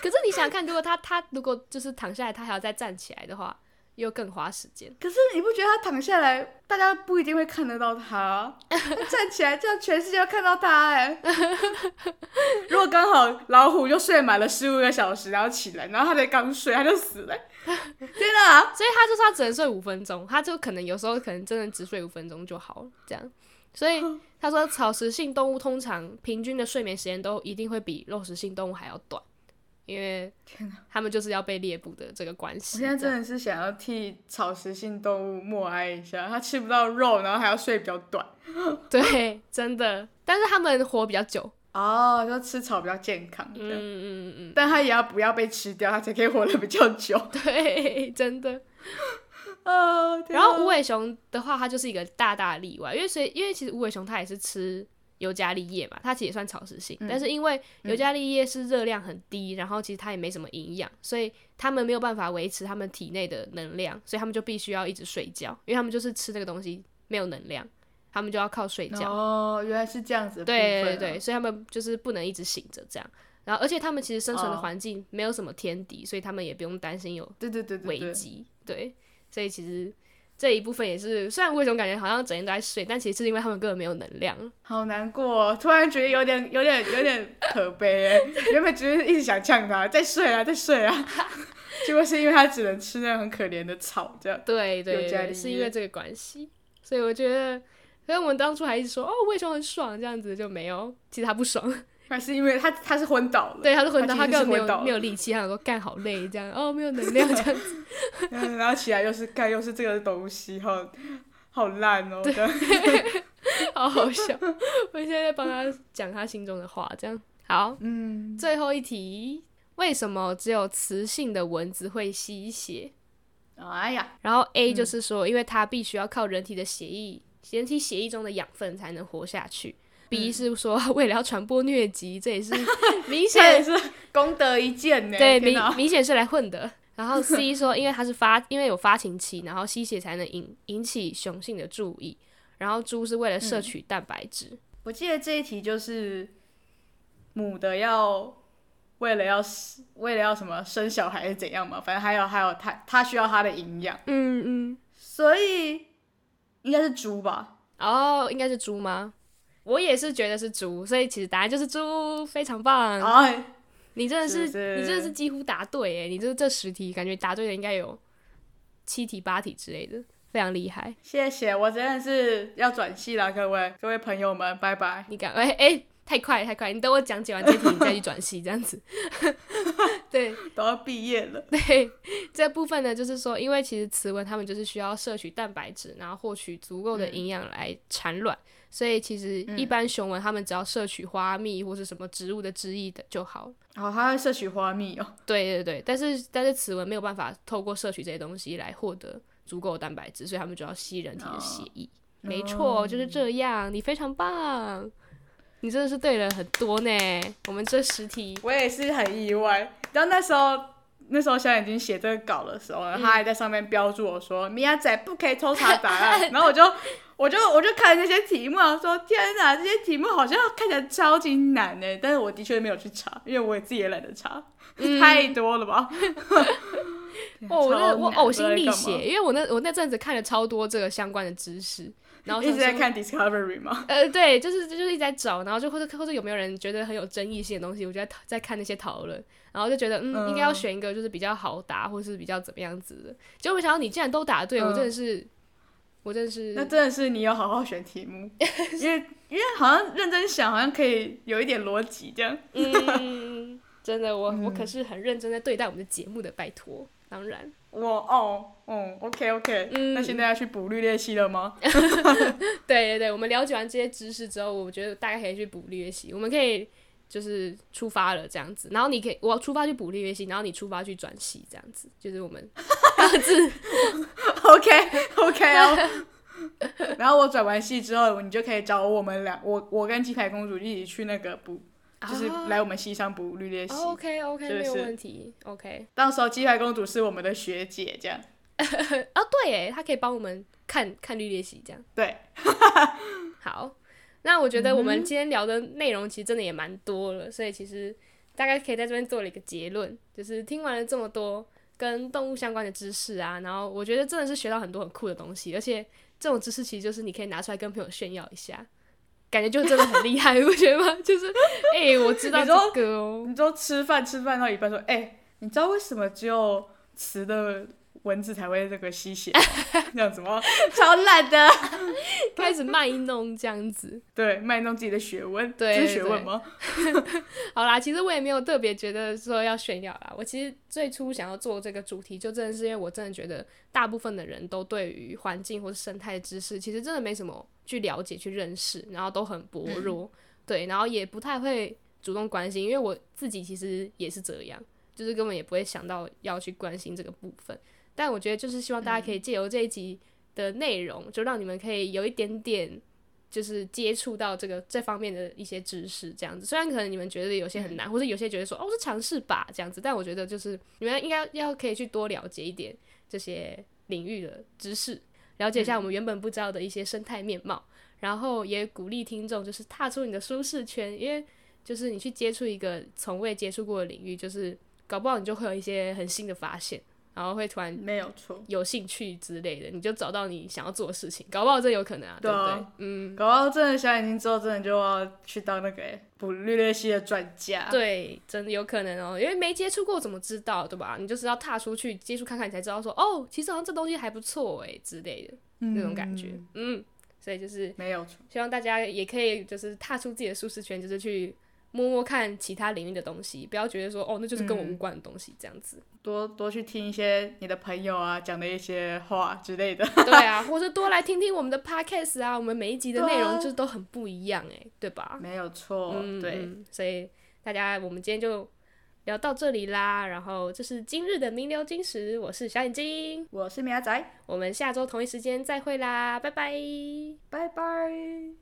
B: 可是你想想看，如果他他如果就是躺下来，他还要再站起来的话，又更花时间。
C: 可是你不觉得他躺下来，大家不一定会看得到他？他站起来，这样全世界都看到他哎、如果刚好老虎就睡满了十五个小时，然后起来，然后他才刚睡，他就死了、天哪！
B: 所以他就是他只能睡五分钟，他就可能有时候可能真的只睡五分钟就好了，这样。所 以他说，草食性动物通常平均的睡眠时间都一定会比肉食性动物还要短，因为他们就是要被猎捕的这个关
C: 我
B: 系。
C: 现在
B: 这样
C: 真的是想要替草食性动物默哀一下，它吃不到肉，然后还要睡比较短。
B: 对，真的，但是他们活比较久。
C: 哦，就吃草比较健康，这
B: 嗯
C: 样，
B: 嗯嗯
C: 但它也要不要被吃掉，它才可以活得比较 久。
B: 嗯，对，真的。
C: 哦，天
B: 然
C: 啊
B: 后无尾熊的话，它就是一个大大的例外，因为所以因为其实无尾熊它也是吃尤加利叶嘛，它其实也算草食性，
C: 嗯
B: 但是因为尤加利叶是热量很低，然后其实它也没什么营养，所以它们没有办法维持它们体内的能量，所以它们就必须要一直睡觉，因为它们就是吃那个东西没有能量，它们就要靠睡觉。
C: 哦，原来是这样子的部
B: 对
C: 分
B: 对
C: 啊
B: 对，所以他们就是不能一直醒着这样。然后，而且他们其实生存的
C: 哦
B: 环境没有什么天敌，所以他们也不用担心有
C: 对对对对
B: 危
C: 对，
B: 机。对，所以其实这一部分也是，虽然我有种感觉好像整天都在睡，但其实是因为他们根本没有能量。
C: 好难过、哦，突然觉得有点、 有点、有点可悲 哎。原本只是一直想呛他，再睡啊，再睡啊，结果是因为他只能吃那种很可怜的草，这样。
B: 对对
C: 有家
B: 对，
C: 庭
B: 是因为这个关系，所以我觉得，所以我们当初还一直说哦，魏雄很爽这样子，就没有，其实他不 爽，
C: 还是因为他他是昏倒了，
B: 对，他是昏倒，他
C: 他其
B: 根
C: 实是
B: 本没
C: 昏倒
B: 有
C: 了
B: 没有力气，他想说干好累这样，哦，没有能量这样子，
C: 嗯然后起来又是盖又是这个东西，好好烂哦。这样
B: 好好笑。我现在在帮他讲他心中的话，这样好。
C: 嗯，
B: 最后一题，为什么只有雌性的蚊子会吸血？
C: 哎呀，
B: 然后 A 就是说，因为它必须要靠人体的血液、人体血液中的养分才能活下去。B 是说为了要传播疟疾，这也 是明
C: 这也
B: 显
C: 是功德一件呢。
B: 对
C: 天
B: 明
C: 哪
B: 明显是来混的。然后 C 说，因为它是发，因为有发情期，然后吸血才能引引起雄性的注意。然后猪是为了摄取蛋白质，
C: 我记得这一题就是母的要为了要为了要什么生小孩是怎样嘛，反正还有还有它它需要它的营养，
B: 嗯嗯，
C: 所以应该是猪吧？
B: 哦，应该是猪吗？我也是觉得是猪，所以其实答案就是猪，非常棒。
C: 啊，
B: 你真的是，
C: 是不是
B: 你真的是几乎答对哎！你这这十题，感觉答对的应该有七题八题之类的，非常厉害。
C: 谢谢，我真的是要转系了，各位各位朋友们，拜拜。
B: 你赶快哎、太快了太快了！你等我讲解完这题，你再去转系这样子。 对
C: 都要毕业了，
B: 对， 这部分呢，就是说，因为其实雌蚊它们就是需要摄取蛋白质，然后获取足够的营养来产卵，所以其实一般雄蚊它们只要摄取花蜜或是什么植物的汁液的就好了。
C: 然后它会摄取花蜜哦。
B: 对对对，但是但是雌蚊没有办法透过摄取这些东西来获得足够的蛋白质，所以它们就要吸人体的血液。没错，就是这样，你非常棒，你真的是对了很多呢。我们这十题，
C: 我也是很意外，然后那时候。那时候小眼睛写这个稿的时候，然后他还在上面标注我
B: 嗯
C: 说“米亚仔不可以抽查 答案”，然后我就我就我就看那些题目，然后说天哪，这些题目好像看起来超级难呢，但是我的确没有去查，因为我也自己也懒得查，
B: 嗯
C: 太多了吧？
B: 哦，我那
C: 哎超
B: 我
C: 难
B: 呕心沥，
C: 不知道在干
B: 血，因为我那我那阵子看了超多这个相关的知识，然后
C: 嘛一直
B: 想
C: 在
B: 说。
C: 看 Discovery 嘛，
B: 呃，对，就是就是一直在找，然后就或者或者有没有人觉得很有争议性的东西，我就在讨在看那些讨论，然后就觉得嗯，应该要选一个就是比较好答，或是比较怎么样子的。结果没想到你竟然都答对，我真的是，我真的是
C: 嗯那真的是你有好好选题 目，因为因为好像认真想，好像可以有一点逻辑这样。
B: 嗯，真的，我、我可是很认真在对待我们的节目的，拜托。当然，
C: 我哦，嗯，OK OK，、
B: 嗯
C: 那现在要去补绿鬣蜥了吗？
B: 对对对，我们了解完这些知识之后，我觉得大概可以去补略习，我们可以就是出发了这样子，然后你可以我出发去补略习，然后你出发去转系这样子，就是我们各自
C: OK OK 哦。然后我转完戏之后，你就可以找我们俩，我我跟鸡排公主一起去那个补，就是
B: 啊哦
C: 来我们戏上补绿鬣蜥。
B: OK OK，
C: 是不
B: 没有
C: 是
B: 问题。OK
C: 到时候鸡排公主是我们的学姐，这样
B: 啊，对耶，他可以帮我们看看绿鬣蜥这样。
C: 对，
B: 好，那我觉得我
C: 嗯
B: 们今天聊的内容其实真的也蛮多了，所以其实大概可以在这边做了一个结论，就是听完了这么多跟动物相关的知识啊，然后我觉得真的是学到很多很酷的东西，而且这种知识其实就是你可以拿出来跟朋友炫耀一下。感觉就真的很厉害，你不觉得吗？就是，哎、我知道
C: 你说
B: 这个哦，
C: 你都吃饭吃饭到一半说，哎、你知道为什么只有雌的蚊子才会这个吸血吗？ 这样子吗？超烂的，
B: 开始卖弄这样子。
C: 对，卖弄自己的学问，
B: 对
C: 这是学
B: 对
C: 问吗？
B: 好啦，其实我也没有特别觉得说要炫耀啦。我其实最初想要做这个主题，就真的是因为我真的觉得大部分的人都对于环境或是生态知识，其实真的没什么去了解、去认识，然后都很薄弱，对，然后也不太会主动关心。因为我自己其实也是这样，就是根本也不会想到要去关心这个部分。但我觉得就是希望大家可以借由这一集的内容，就让你们可以有一点点就是接触到这个这方面的一些知识，这样子。虽然可能你们觉得有些很难，或者有些觉得说哦是尝试吧这样子，但我觉得就是你们应该要可以去多了解一点这些领域的知识，了解一下我们原本不知道的一些生态面貌，然后也鼓励听众就是踏出你的舒适圈，因为就是你去接触一个从未接触过的领域，就是搞不好你就会有一些很新的发现。然后会突然
C: 没有错。
B: 有兴趣之类的，你就找到你想要做的事情，搞不好这有可能啊，
C: 对
B: 对
C: 啊
B: 不对？嗯，
C: 搞到真的小眼睛之后，真的就要去当那个欸捕绿鬣蜥的专家。，
B: 对，真的有可能哦，因为没接触过怎么知道，对吧？你就是要踏出去接触看看，你才知道说哦，其实好像这东西还不错哎之类的那种感觉，嗯，所以就是
C: 没有错。
B: 希望大家也可以就是踏出自己的舒适圈，就是去摸摸看其他领域的东西，不要觉得说哦，那就是跟我无
C: 嗯
B: 关的东西这样子。
C: 多多去听一些你的朋友啊讲的一些话之类的。
B: 对啊，或者多来听听我们的 podcast 啊，我们每一集的内容
C: 对啊
B: 就是都很不一样哎、对吧？
C: 没有错，
B: 嗯，
C: 对，
B: 嗯所以大家我们今天就聊到这里啦。然后这是今日的名流金石，我是小眼睛，
C: 我是米亚仔，
B: 我们下周同一时间再会啦，拜拜。
C: 拜拜。